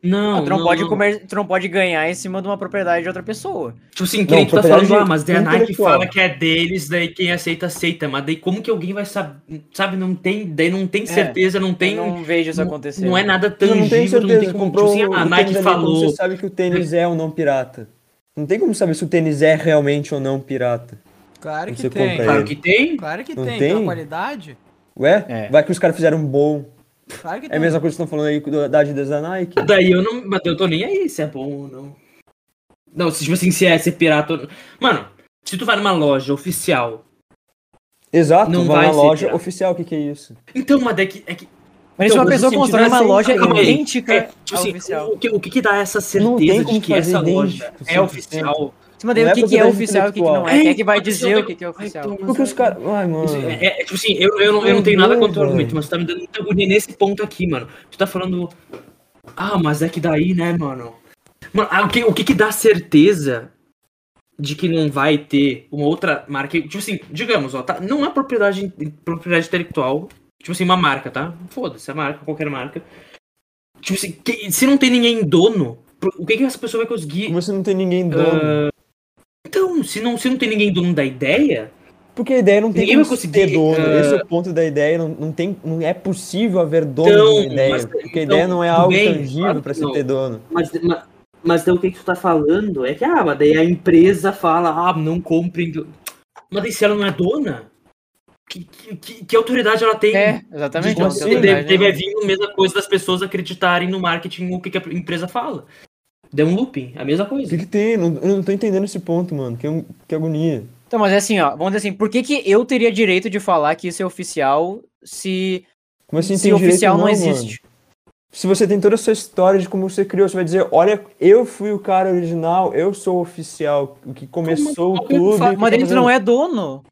S4: Não,
S1: Ah, tu, não
S4: não,
S1: pode
S4: não.
S1: comer, tu não pode ganhar em cima de uma propriedade de outra pessoa.
S4: Tipo assim,
S6: Não,
S4: quem tu tá
S6: propriedade
S4: falando, ah, mas daí a Nike
S6: intelectual.
S4: fala que é deles, daí quem aceita, aceita. Mas daí como que alguém vai saber, sabe, não tem, daí não tem certeza, não tem,
S1: Eu
S4: não,
S1: É, não vejo isso acontecer.
S4: é nada
S6: Então, Eu não tenho
S4: tangível,
S6: certeza.
S4: não tem como, tipo
S6: comprou
S4: assim, ah, a
S6: o
S4: Nike
S6: tênis ali, como
S4: falou.
S6: Você sabe que o tênis é ou não pirata. Não tem como saber se o tênis é realmente ou não pirata.
S3: Claro que
S6: Você
S3: tem.
S6: compra
S4: Claro que tem,
S3: Claro que
S6: Não
S3: tem.
S6: tem?
S3: Pela qualidade?
S6: Ué?
S1: É.
S6: Vai que os caras fizeram um bom.
S3: Claro que
S6: É a
S3: tem.
S6: mesma coisa que estão falando aí do- da Adidas da Nike.
S4: daí eu não, mas eu tô nem aí se é bom ou não. Não, se, tipo assim, se é, se é pirata ou não. Mano, se tu vai numa loja oficial,
S6: Exato,
S4: Não
S6: vão
S4: vai
S6: na
S4: ser
S6: loja
S4: pirata.
S6: oficial, o que, que é isso?
S4: então, mas é que, é que
S1: Mas se uma
S4: Então, mas
S1: pessoa
S6: assim,
S1: constrói
S6: tivesse
S1: uma
S6: um
S1: loja
S4: Calma aí.
S1: idêntica
S4: É, tipo
S1: ao
S4: assim,
S1: oficial.
S4: o, que, o que que dá essa
S6: Não tem
S4: certeza de
S6: como
S4: que
S6: fazer
S4: essa
S6: idêntico,
S4: loja é
S6: 100%.
S4: oficial?
S1: Mas daí
S6: Não
S1: o
S6: é
S1: que, que é
S6: propriedade
S1: oficial e o que, que não é?
S4: intelectual.
S1: Quem é que vai
S4: Então,
S1: dizer o que, que é
S4: Ai,
S1: oficial?
S4: Thomas,
S6: Porque os caras. Ai, mano.
S4: Isso, É, é, tipo assim, eu, eu, não- eu não tenho nada contra o argumento, mas tu tá me dando muita agonia nesse ponto aqui, mano. Tu tá falando. Ah, mas é que daí, né, mano? Mano, ah, o, que, o que que dá certeza de que não vai ter uma outra marca? Tipo assim, digamos, ó, tá, não é propriedade, propriedade intelectual. Tipo assim, uma marca, tá? Foda-se, a marca, qualquer marca. Tipo assim, que- se não tem ninguém dono, pro- o que que essa pessoa vai conseguir Ah,
S6: Como você não tem ninguém dono.
S4: então, se não, se não tem ninguém dono da ideia,
S6: Porque a ideia não tem
S4: Ninguém
S6: como
S4: vai
S6: ser
S4: conseguir,
S6: dono.
S4: ah,
S6: Esse é o ponto da ideia. Não, não, tem, não é possível haver dono
S4: Então,
S6: de uma ideia.
S4: mas-
S6: porque a
S4: então,
S6: ideia não é
S4: tudo
S6: algo
S4: bem,
S6: tangível
S4: claro
S6: pra
S4: que
S6: se
S4: não.
S6: ter dono.
S4: Mas, ma- mas então o que, que tu tá falando é que, ah, mas daí a empresa fala, ah, não comprem. do- Mas daí se ela não é dona, que, que, que- que autoridade ela tem? Então,
S1: É, exatamente.
S6: Como
S1: não
S6: assim?
S1: tem
S4: Deve,
S1: autoridade,
S4: deve
S1: né?
S4: vir a mesma coisa das pessoas acreditarem no marketing o que, que a empresa fala. Deu um looping, a mesma
S6: O que,
S4: coisa.
S6: que tem? Não- eu não tô entendendo esse ponto, mano. Que, que agonia.
S1: Então, mas é assim, ó, vamos dizer assim, por que, que eu teria direito de falar que isso é oficial se,
S6: Como assim
S1: se
S6: tem direito
S1: oficial não,
S6: mano?
S1: existe?
S6: Se você tem toda a sua história de como você criou, você vai dizer, olha, eu fui o cara original, eu sou o oficial, o que começou
S4: mas-
S6: tudo.
S4: mas-
S6: que
S1: Mas
S6: tá
S1: ele não
S6: fazendo-
S1: é dono.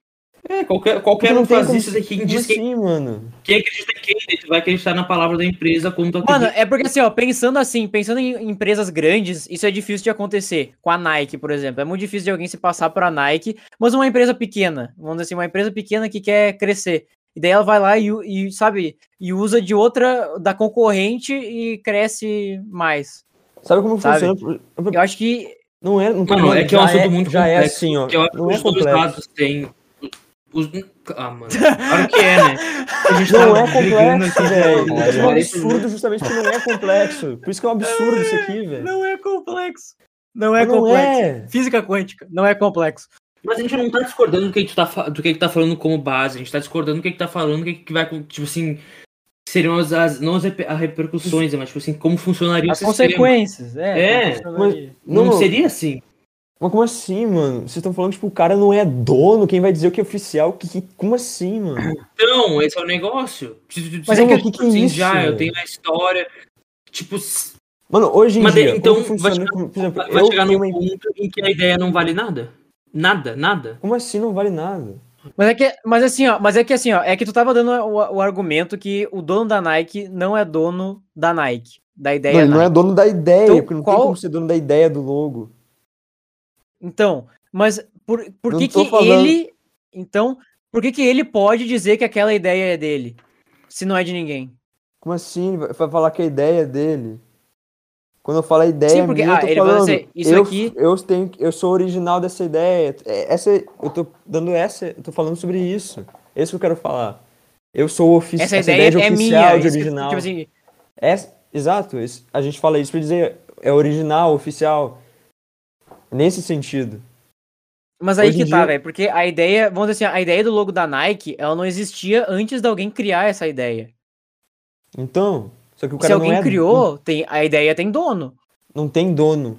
S4: É, qualquer, qualquer
S6: Porque não
S4: um
S6: tem
S4: faz
S6: como-
S4: isso, daí quem
S6: Como
S4: diz quem,
S6: assim, mano?
S4: quem acredita em quem, daí tu vai acreditar na palavra da empresa quando tu
S1: Mano,
S4: acredita.
S1: é porque assim, ó, pensando assim, pensando em empresas grandes, isso é difícil de acontecer. Com a Nike, por exemplo. É muito difícil de alguém se passar pra Nike, mas uma empresa pequena, vamos dizer assim, uma empresa pequena que quer crescer. E daí ela vai lá e, u- e, sabe, e usa de outra, da concorrente e cresce mais.
S6: Sabe como
S1: Sabe?
S6: funciona?
S1: Eu acho que
S6: Não é, não tô
S4: Mano,
S6: falando-
S4: é que é um
S6: já
S4: assunto muito
S6: Já é
S4: complexo,
S6: assim, ó.
S4: Porque eu acho
S6: Não
S4: que
S6: é
S4: os dois
S6: complexo.
S4: lados têm. os- Ah,
S6: (laughs)
S4: mano. Claro que é, né? A gente
S6: Não
S4: tá
S6: é
S4: brigando
S6: complexo,
S4: aqui,
S6: velho.
S4: né?
S6: Isso é um absurdo justamente porque não é complexo. Por isso que é um absurdo isso aqui, velho.
S1: Não é complexo. Não é
S6: Mas Não
S1: complexo.
S6: é.
S1: Física quântica não é complexo.
S4: Mas a gente não tá discordando do que, tu tá, fa- do que, tu tá falando como base, a gente tá discordando do que, tu tá falando, do que, que vai, com- tipo assim, seriam as, as- não as reper- as repercussões, né, mas tipo assim, como funcionaria
S1: As
S4: o sistema.
S1: consequências, é.
S4: É,
S1: como funcionaria.
S4: Não,
S6: Não,
S4: seria assim.
S6: Mas como assim, mano? Vocês estão falando, tipo, o cara não é dono, quem vai dizer o que é oficial? Que, que- como assim, mano?
S4: Então, esse é o negócio.
S6: Mas
S1: é que-
S6: que que é isso,
S4: assim, Já,
S6: velho?
S4: eu tenho a história, tipo, s-
S6: Mano, hoje em
S4: Mas daí,
S6: dia,
S4: então,
S6: como
S4: vai
S6: funciona,
S4: chegar
S6: como- por exemplo,
S4: vai vai
S6: eu
S4: chegar
S6: tenho
S4: num
S6: uma em-
S4: ponto em que a ideia não vale nada. Nada, nada.
S6: Como assim não vale nada?
S1: Mas é que, mas assim, ó, mas é que assim, ó, é que tu tava dando o, o argumento que o dono da Nike não é dono da Nike, da ideia
S6: Não, ele
S1: Nike.
S6: não é dono da ideia,
S1: Então,
S6: porque não
S1: qual-
S6: tem como ser dono da ideia do logo.
S1: Então, mas por, por
S6: é Não
S1: que
S6: tô
S1: que
S6: falando.
S1: ele, então, por que que ele pode dizer que aquela ideia é dele, se não é de ninguém?
S6: Como assim? Ele Vai vai falar que a ideia é dele? Quando eu falo a ideia
S1: Sim, porque,
S6: minha, eu
S1: ah,
S6: tô
S1: ele vai
S6: falando,
S1: dizer, isso
S6: eu,
S1: aqui-
S6: eu tenho, eu sou original dessa ideia. É, Essa, eu tô dando essa, eu tô falando sobre isso. Esse que eu quero falar. Eu sou oficial,
S1: Essa, ideia,
S6: de
S1: é
S6: oficial,
S1: minha,
S6: de
S1: isso que-
S6: original.
S1: tipo assim,
S6: Essa- exato, isso- a gente fala isso pra dizer é original, oficial. Nesse sentido.
S1: Mas aí
S6: Hoje em
S1: que tá,
S6: dia-
S1: velho, porque a ideia, vamos dizer assim, a ideia do logo da Nike, ela não existia antes de alguém criar essa ideia.
S6: Então, só que o cara
S1: Se alguém
S6: não é,
S1: criou, tem, a ideia tem dono.
S6: não, não tem dono.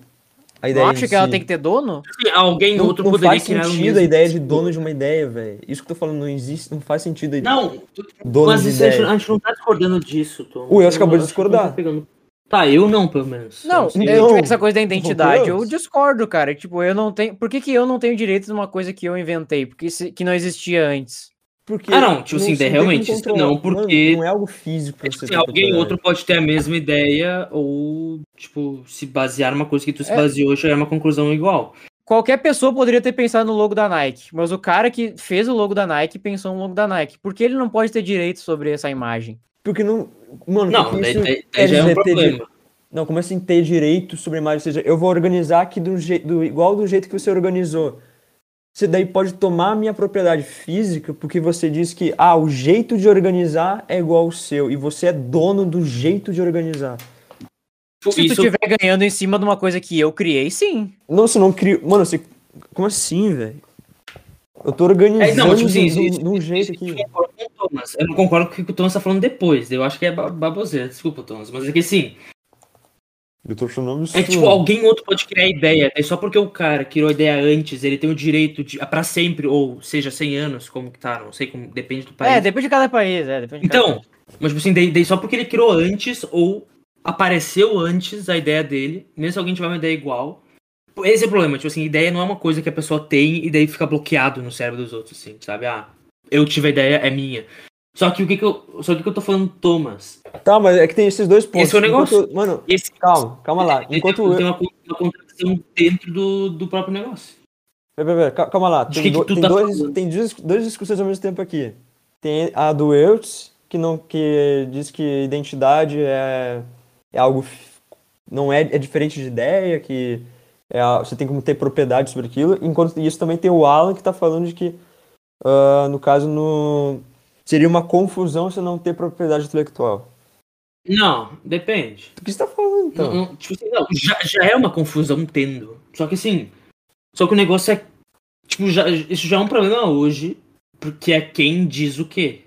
S6: A
S1: Não
S6: ideia
S1: acha
S6: em
S1: que ela
S6: si.
S1: tem que ter dono?
S4: Assim, alguém
S6: Não,
S4: outro
S6: não
S4: poderia
S6: faz
S4: criar um
S6: sentido a ideia de dono de uma ideia, velho. Isso que eu tô falando não existe, não faz sentido. a ideia.
S4: Não, tu-
S6: dono
S4: mas
S6: de
S4: isso a gente,
S6: ideia.
S4: a gente não tá discordando disso, Tom.
S6: O Elcio acabou de
S4: Eu acho que não tá
S6: discordar.
S4: pegando- Tá, eu não, pelo menos.
S1: Não,
S4: sei.
S1: eu-
S6: Não.
S1: essa coisa da identidade, eu
S6: Então, Deus.
S1: discordo, cara. Tipo, eu não tenho. Por que, que eu não tenho direito de uma coisa que eu inventei? Porque se- que não existia antes.
S6: Porque
S4: Ah, não, tipo assim,
S6: se tem
S4: realmente,
S6: como
S4: isso
S6: controlar.
S4: não, porque-
S6: Mano, não é algo físico pra
S4: Tipo
S6: você
S4: assim, alguém
S6: controlar.
S4: outro pode ter a mesma ideia ou, tipo, se basear numa coisa que tu se
S1: É.
S4: baseou e chegar a uma conclusão igual.
S1: Qualquer pessoa poderia ter pensado no logo da Nike, mas o cara que fez o logo da Nike pensou no logo da Nike. Por que ele não pode ter direito sobre essa imagem?
S6: Porque não. Mano,
S4: Não,
S6: porque
S4: daí,
S6: isso
S4: daí-
S6: quer
S4: daí já é um
S6: dizer ter
S4: problema.
S6: Não, como assim ter direito sobre a imagem? Ou seja, eu vou organizar aqui do jeito, do, igual do jeito que você organizou. Você daí pode tomar a minha propriedade física porque você diz que ah, o jeito de organizar é igual ao seu e você é dono do jeito de organizar.
S4: Tipo,
S1: Se tu
S4: Isso,
S1: estiver ganhando em cima de uma coisa que eu criei, sim.
S6: Não, você não criou. Mano, você. Como assim, velho? Eu tô organizando
S4: É, não, mas, tipo assim,
S6: de, um-
S4: isso-
S6: de um jeito
S4: isso
S6: aqui.
S4: eu concordo com o Thomas. Eu não concordo com o que o Thomas tá falando depois. Eu acho que é ba- baboseira. Desculpa, Thomas. Mas é que assim,
S6: Eu tô achando um
S4: é que, tipo, alguém outro pode criar a ideia. É só porque o cara criou a ideia antes, ele tem o direito de. ah, pra sempre, ou seja, 100 anos, como que tá, não sei como. Depende do país.
S1: É, depende de cada país, é, depende de cada
S4: Então, mas tipo assim, daí, daí só porque ele criou antes ou apareceu antes a ideia dele, mesmo se alguém tiver uma ideia igual. Esse é o problema, tipo assim, ideia não é uma coisa que a pessoa tem e daí fica bloqueado no cérebro dos outros, assim, sabe? Ah, eu tive a ideia, é minha. Só que o que, que eu. Só que o que eu tô falando, Thomas?
S6: Tá, mas é que tem esses dois pontos.
S4: Esse é o
S6: Enquanto-
S4: negócio. é
S6: Mano,
S4: Esse
S6: calma, calma lá.
S4: ele
S6: Enquanto
S4: tipo, tem
S6: eu.
S4: uma, con- uma contradição dentro do, do próprio negócio.
S6: Pera, pera, pera, cal- calma lá.
S4: De
S6: Tem,
S4: que que
S6: do-
S4: tu
S6: tem
S4: tá
S6: dois,
S4: falando?
S6: tem duas, duas discussões ao mesmo tempo aqui. Tem a do Eltz, que, não, que diz que identidade é, é algo. f- Não é, é diferente de ideia, que é a- você tem como ter propriedade sobre aquilo. Enquanto isso também tem o Alan, que tá falando de que ah, no caso, no... seria uma confusão se não ter propriedade intelectual.
S4: Não, depende.
S6: Do que você tá falando, então?
S4: Não, não, tipo assim, não, já, já é uma confusão tendo. Só que assim. Só que o negócio é. Tipo, já, isso já é um problema hoje. Porque é quem diz o quê.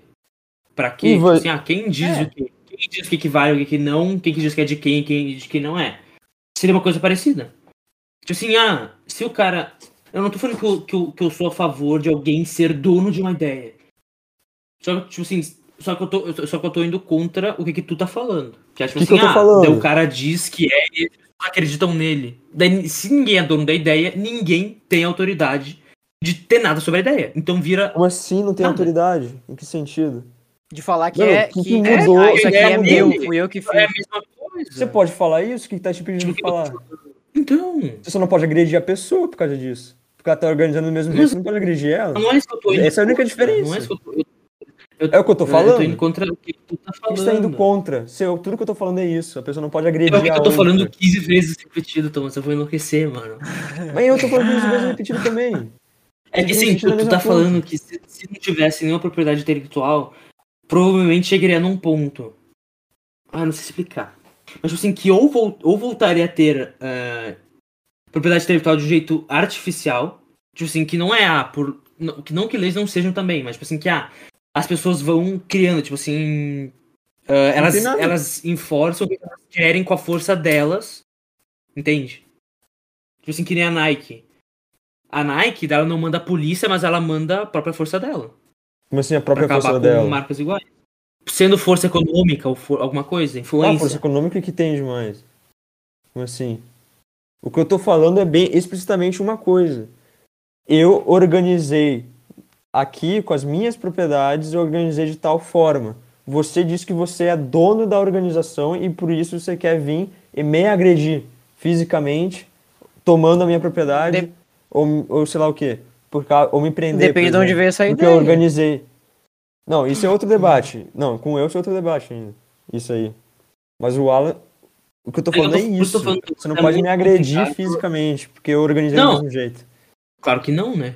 S4: Pra quê?
S6: E
S4: Tipo
S6: vai- É.
S4: assim, ah, quem diz o quê? Quem diz o que, que vale, o que, que não, quem que diz que é de quem, quem diz que não é. Seria uma coisa parecida. Tipo assim, ah, se o cara. Eu não tô falando que eu, que eu, que eu sou a favor de alguém ser dono de uma ideia. Só que, tipo assim, só que eu tô, eu tô- só que eu tô indo contra o que, que tu tá falando. Que é, tipo
S6: Que que
S4: assim,
S6: eu tô
S4: ah,
S6: falando?
S4: daí o cara diz que é e eles não acreditam nele. Daí, se ninguém é dono da ideia, ninguém tem autoridade de ter nada sobre a ideia. Então vira.
S6: Como assim não tem
S4: Nada.
S6: autoridade? Em que sentido?
S1: De falar que
S6: Mano,
S1: é.
S6: que
S1: Que,
S6: que mudou?
S1: ah, isso aqui
S4: Ele
S1: é
S4: é
S1: meu,
S4: dele.
S1: fui eu que
S4: É
S1: fiz.
S4: a mesma coisa.
S6: Você pode falar isso? O que que tá te pedindo
S4: Tipo,
S6: pra falar?
S4: Então.
S6: Você só não pode agredir a pessoa por causa disso. Porque ela tá organizando no mesmo jeito, você não pode agredir ela.
S4: Não é isso que eu tô indo
S6: Essa é a única
S4: contra,
S6: diferença.
S4: Não é isso que eu tô,
S6: É o que eu tô
S4: Eu
S6: falando?
S4: tô indo contra o que tu tá
S6: O que
S4: falando.
S6: você tá indo contra? Seu, tudo que eu tô falando é isso. A pessoa não pode agredir
S4: É o que
S6: a
S4: eu tô
S6: outra.
S4: falando 15 vezes repetido, Thomas. Eu vou enlouquecer, mano.
S6: Mas eu tô falando isso mesmo repetido também.
S4: É que assim, tu,
S6: Repetido é a
S4: tu
S6: mesma
S4: tá
S6: coisa.
S4: falando que se, se não tivesse nenhuma propriedade intelectual, provavelmente chegaria num ponto. Ah, não sei explicar. Mas tipo assim, que ou, vol- ou voltaria a ter eh, propriedade intelectual de um jeito artificial, tipo assim, que não é ah, por. Não, que não que leis não sejam também, mas tipo assim, que ah, as pessoas vão criando, tipo assim. eh,
S1: É,
S4: elas,
S6: tem nada.
S4: elas enforçam o que elas querem com a força delas. Entende? Tipo assim, que nem a Nike. A Nike, ela não manda a polícia, mas ela manda a própria força dela.
S6: Como assim, a
S4: Pra
S6: própria
S4: acabar
S6: força
S4: com
S6: dela.
S4: marcas iguais. Sendo força econômica ou for- alguma coisa,
S6: Ah,
S4: influência.
S6: a força econômica que tem demais. Como assim? O que eu tô falando é bem explicitamente uma coisa. Eu organizei aqui com as minhas propriedades, eu organizei de tal forma. Você disse que você é dono da organização e por isso você quer vir e me agredir fisicamente, tomando a minha propriedade,
S1: Dep-
S6: ou, ou sei lá o quê. Por, cau- ou me prender.
S1: Depende
S6: por
S1: de onde
S6: exemplo,
S1: veio essa
S6: Porque eu
S1: ideia.
S6: organizei. Não, isso é outro debate. Não, com eu isso é outro debate ainda. Isso aí. Mas o Alan. O que eu tô
S4: Eu não
S6: falando é
S4: tô- eu tô
S6: isso.
S4: falando-
S6: Você não
S4: é
S6: pode
S4: muito
S6: me agredir
S4: complicado.
S6: fisicamente, porque eu organizei do
S4: Não.
S6: mesmo jeito.
S4: Claro que não, né?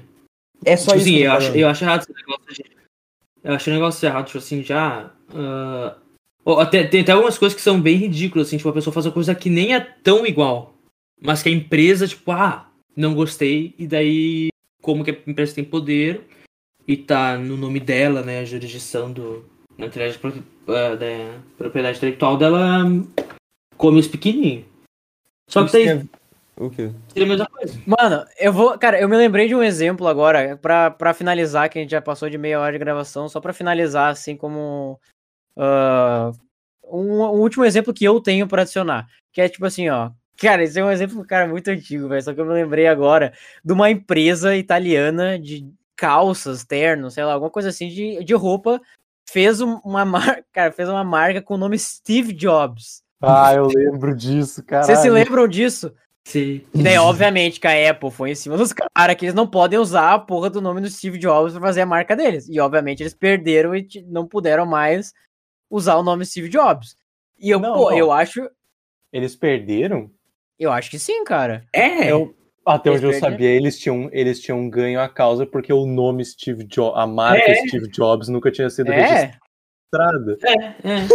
S6: É só
S4: Tipo
S6: isso.
S4: assim,
S6: que eu
S4: eu
S6: tô
S4: acho,
S6: falando.
S4: eu acho errado esse negócio. de- Eu acho o negócio errado, tipo assim, já. ah, ou até, tem até algumas coisas que são bem ridículas, assim, tipo, a pessoa faz uma coisa que nem é tão igual. Mas que a empresa, tipo, ah, não gostei, e daí, como que a empresa tem poder e tá no nome dela, né, a jurisdição do. Na entrega de pro- ah, da propriedade intelectual dela hum, come os pequenininhos. Só que
S6: Isso
S4: daí
S6: é- O quê?
S4: seria a mesma coisa.
S1: Mano, eu vou. Cara, eu me lembrei de um exemplo agora, pra, pra finalizar, que a gente já passou de meia hora de gravação, só pra finalizar, assim, como. ah, um, um último exemplo que eu tenho pra adicionar. Que é tipo assim, ó. Cara, esse é um exemplo, cara, muito antigo, velho. Só que eu me lembrei agora de uma empresa italiana de calças, ternos, sei lá, alguma coisa assim de, de roupa. Fez um- uma marca, (laughs) cara, fez uma marca com o nome Steve Jobs.
S2: Ah, eu lembro disso, cara.
S1: Vocês se lembram disso?
S4: Se...
S1: E daí, obviamente, que a Apple foi em cima dos caras que eles não podem usar a porra do nome do Steve Jobs pra fazer a marca deles. E, obviamente, eles perderam e ti- não puderam mais usar o nome Steve Jobs. E eu,
S2: Não,
S1: pô,
S2: não.
S1: eu acho.
S2: Eles perderam?
S1: Eu acho que sim, cara.
S4: É!
S2: Eu- ah, Até
S1: Eles
S2: onde eu
S1: perderam.
S2: sabia, eles tinham, eles tinham um ganho a causa porque o nome Steve Jobs, a marca Steve Jobs nunca tinha sido
S1: É.
S2: registrada.
S4: é.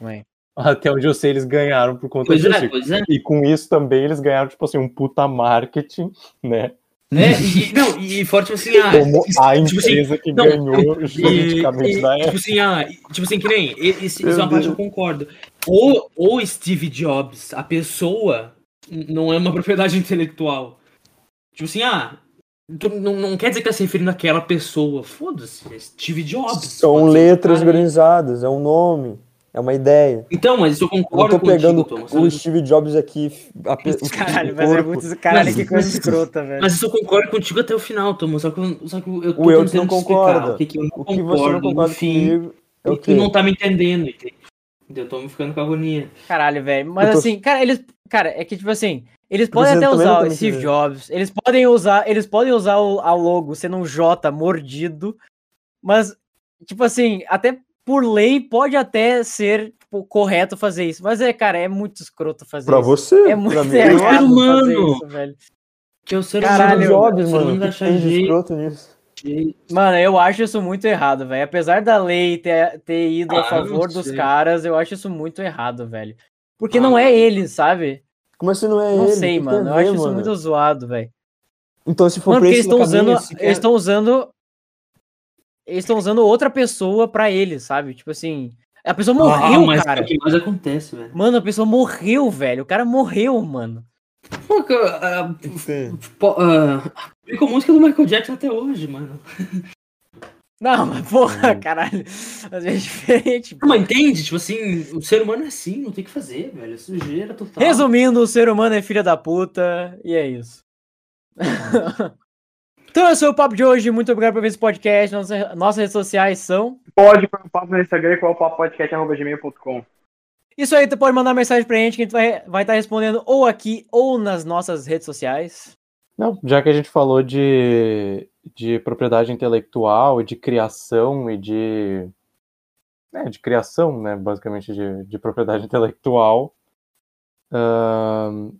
S1: Mãe.
S2: Até onde eu sei, eles ganharam por conta
S4: Pois
S2: disso.
S4: é, pois é.
S2: E com isso também eles ganharam, tipo assim, um puta marketing, né?
S4: É, e, não, e forte tipo assim, ah,
S2: Como a
S4: tipo assim,
S2: empresa que
S4: não,
S2: ganhou juridicamente
S4: e- e-
S2: da
S6: né?
S4: tipo
S2: época.
S4: assim, ah, e- tipo assim, que nem, e- esse-
S2: Meu
S4: isso é uma parte que eu
S2: Deus.
S4: concordo. Ou, ou Steve Jobs, a pessoa, n- não é uma (laughs) propriedade intelectual. Tipo assim, ah, tu não, não quer dizer que tá se referindo àquela pessoa. Foda-se, é Steve Jobs.
S6: São
S4: pode ser
S6: letras
S4: um cara.
S6: organizadas, é um nome, é uma ideia.
S4: Então, mas isso eu
S6: Eu não
S4: concordo
S6: tô pegando
S4: contigo, Thomas.
S6: o Steve Jobs aqui. A, pe- o-
S1: Caralho,
S6: o
S1: mas é
S6: corpo.
S1: muito. Caralho,
S4: Mas-
S1: que coisa escrota, velho.
S4: Mas isso eu concordo contigo até o final, Thomas. Só que, eu- só que eu tô
S6: O Eudes
S4: tentando
S6: não
S4: te explicar
S6: concorda.
S4: O que, que eu não
S6: O que
S4: concordo,
S6: você não concorda
S4: no fim.
S6: comigo é o
S4: Tu
S6: quê?
S4: não tá me entendendo, entende? Eu tô me ficando com agonia.
S1: Caralho, velho. Mas
S6: Eu tô-
S1: assim, cara, eles. Cara, é que tipo assim, eles
S6: Porque
S1: podem
S6: você
S1: até
S6: também não
S1: usar
S6: tá
S1: o
S6: me
S1: Steve
S6: entendendo.
S1: Jobs, eles podem usar, eles podem usar o, a logo sendo um J mordido, mas, tipo assim, até por lei pode até ser tipo, correto fazer isso. Mas é, cara, é muito escroto fazer
S6: Pra
S1: isso. (laughs)
S6: você.
S1: É muito
S6: pra mim,
S4: é
S1: errado
S4: humano.
S1: fazer isso, velho.
S4: Que um é o ser
S1: Caralho,
S4: humano.
S6: Steve Jobs,
S4: o ser humano
S6: mano.
S4: vai
S6: O que
S4: achar
S6: tem de
S4: jeito.
S6: escroto nisso?
S1: Mano, eu acho isso muito errado, velho. Apesar da lei ter, ter ido a
S4: Ah,
S1: favor
S4: não
S1: dos
S4: sei.
S1: caras, eu acho isso muito errado, velho. Porque
S4: Ah.
S1: não é ele, sabe?
S6: Como assim não é
S1: Não
S6: ele?
S1: sei,
S6: O que tem a
S1: mano. Eu
S6: ver,
S1: acho isso
S6: mano?
S1: muito zoado, velho.
S6: Então, se for
S1: Mano,
S6: por
S1: porque eles
S6: esse
S1: estão
S6: caminho,
S1: usando.
S6: se quer-
S1: Eles estão usando. Eles estão usando outra pessoa pra ele, sabe? Tipo assim. A pessoa morreu,
S4: ah, mas é
S1: cara.
S4: o que mais acontece, velho.
S1: Mano, a pessoa morreu, velho. O cara morreu, mano.
S4: Pô, que, ah, pô, ah, publica a música do Michael Jackson até hoje, mano.
S1: Não, mas porra, caralho. Às vezes é diferente. pô.
S4: Não, mas entende? Tipo assim, o ser humano é assim, não tem o que fazer, velho. É Sujeira total.
S1: Resumindo, o ser humano é filha da puta, e é isso. (laughs) então esse foi o papo de hoje, muito obrigado por ver esse podcast. Nossa- nossas redes sociais são.
S7: Pode pôr o papo no Instagram, qual papo podcast.gmail.com.
S1: Isso aí, tu pode mandar mensagem pra gente que a gente vai estar respondendo ou aqui ou nas nossas redes sociais.
S2: Não, já que a gente falou de, de propriedade intelectual e de criação e de. É, de criação, né? Basicamente de, de propriedade (laughs) intelectual. Ahn,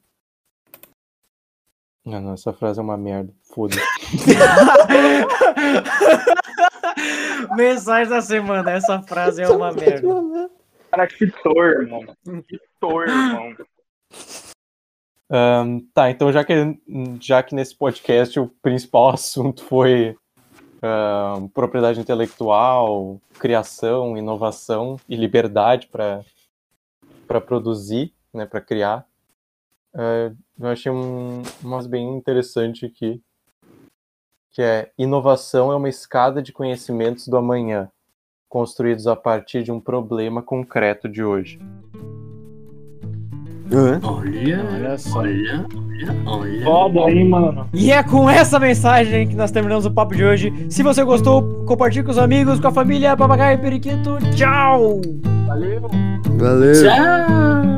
S2: Não, não, essa frase é uma merda. Foda-se.
S1: Mensagem da semana, essa frase é (laughs) uma merda.
S7: Cara, que tor, irmão. Que tor, irmão.
S2: Ahn, tá, então já que, já que nesse podcast o principal (laughs) assunto foi ahn, propriedade intelectual, criação, inovação e liberdade para produzir, né, para criar, ah, eu achei um, umas bem interessante aqui, que é inovação é uma escada de conhecimentos do amanhã, construídos a partir de um problema concreto de hoje.
S4: Olha,
S1: Olha só.
S4: olha, olha, olha.
S7: Foda aí, mano.
S1: E é com essa mensagem que nós terminamos o papo de hoje. Se você gostou, compartilhe com os amigos, com a família, papagaio e periquito. Tchau!
S7: Valeu.
S6: Valeu.
S4: Tchau!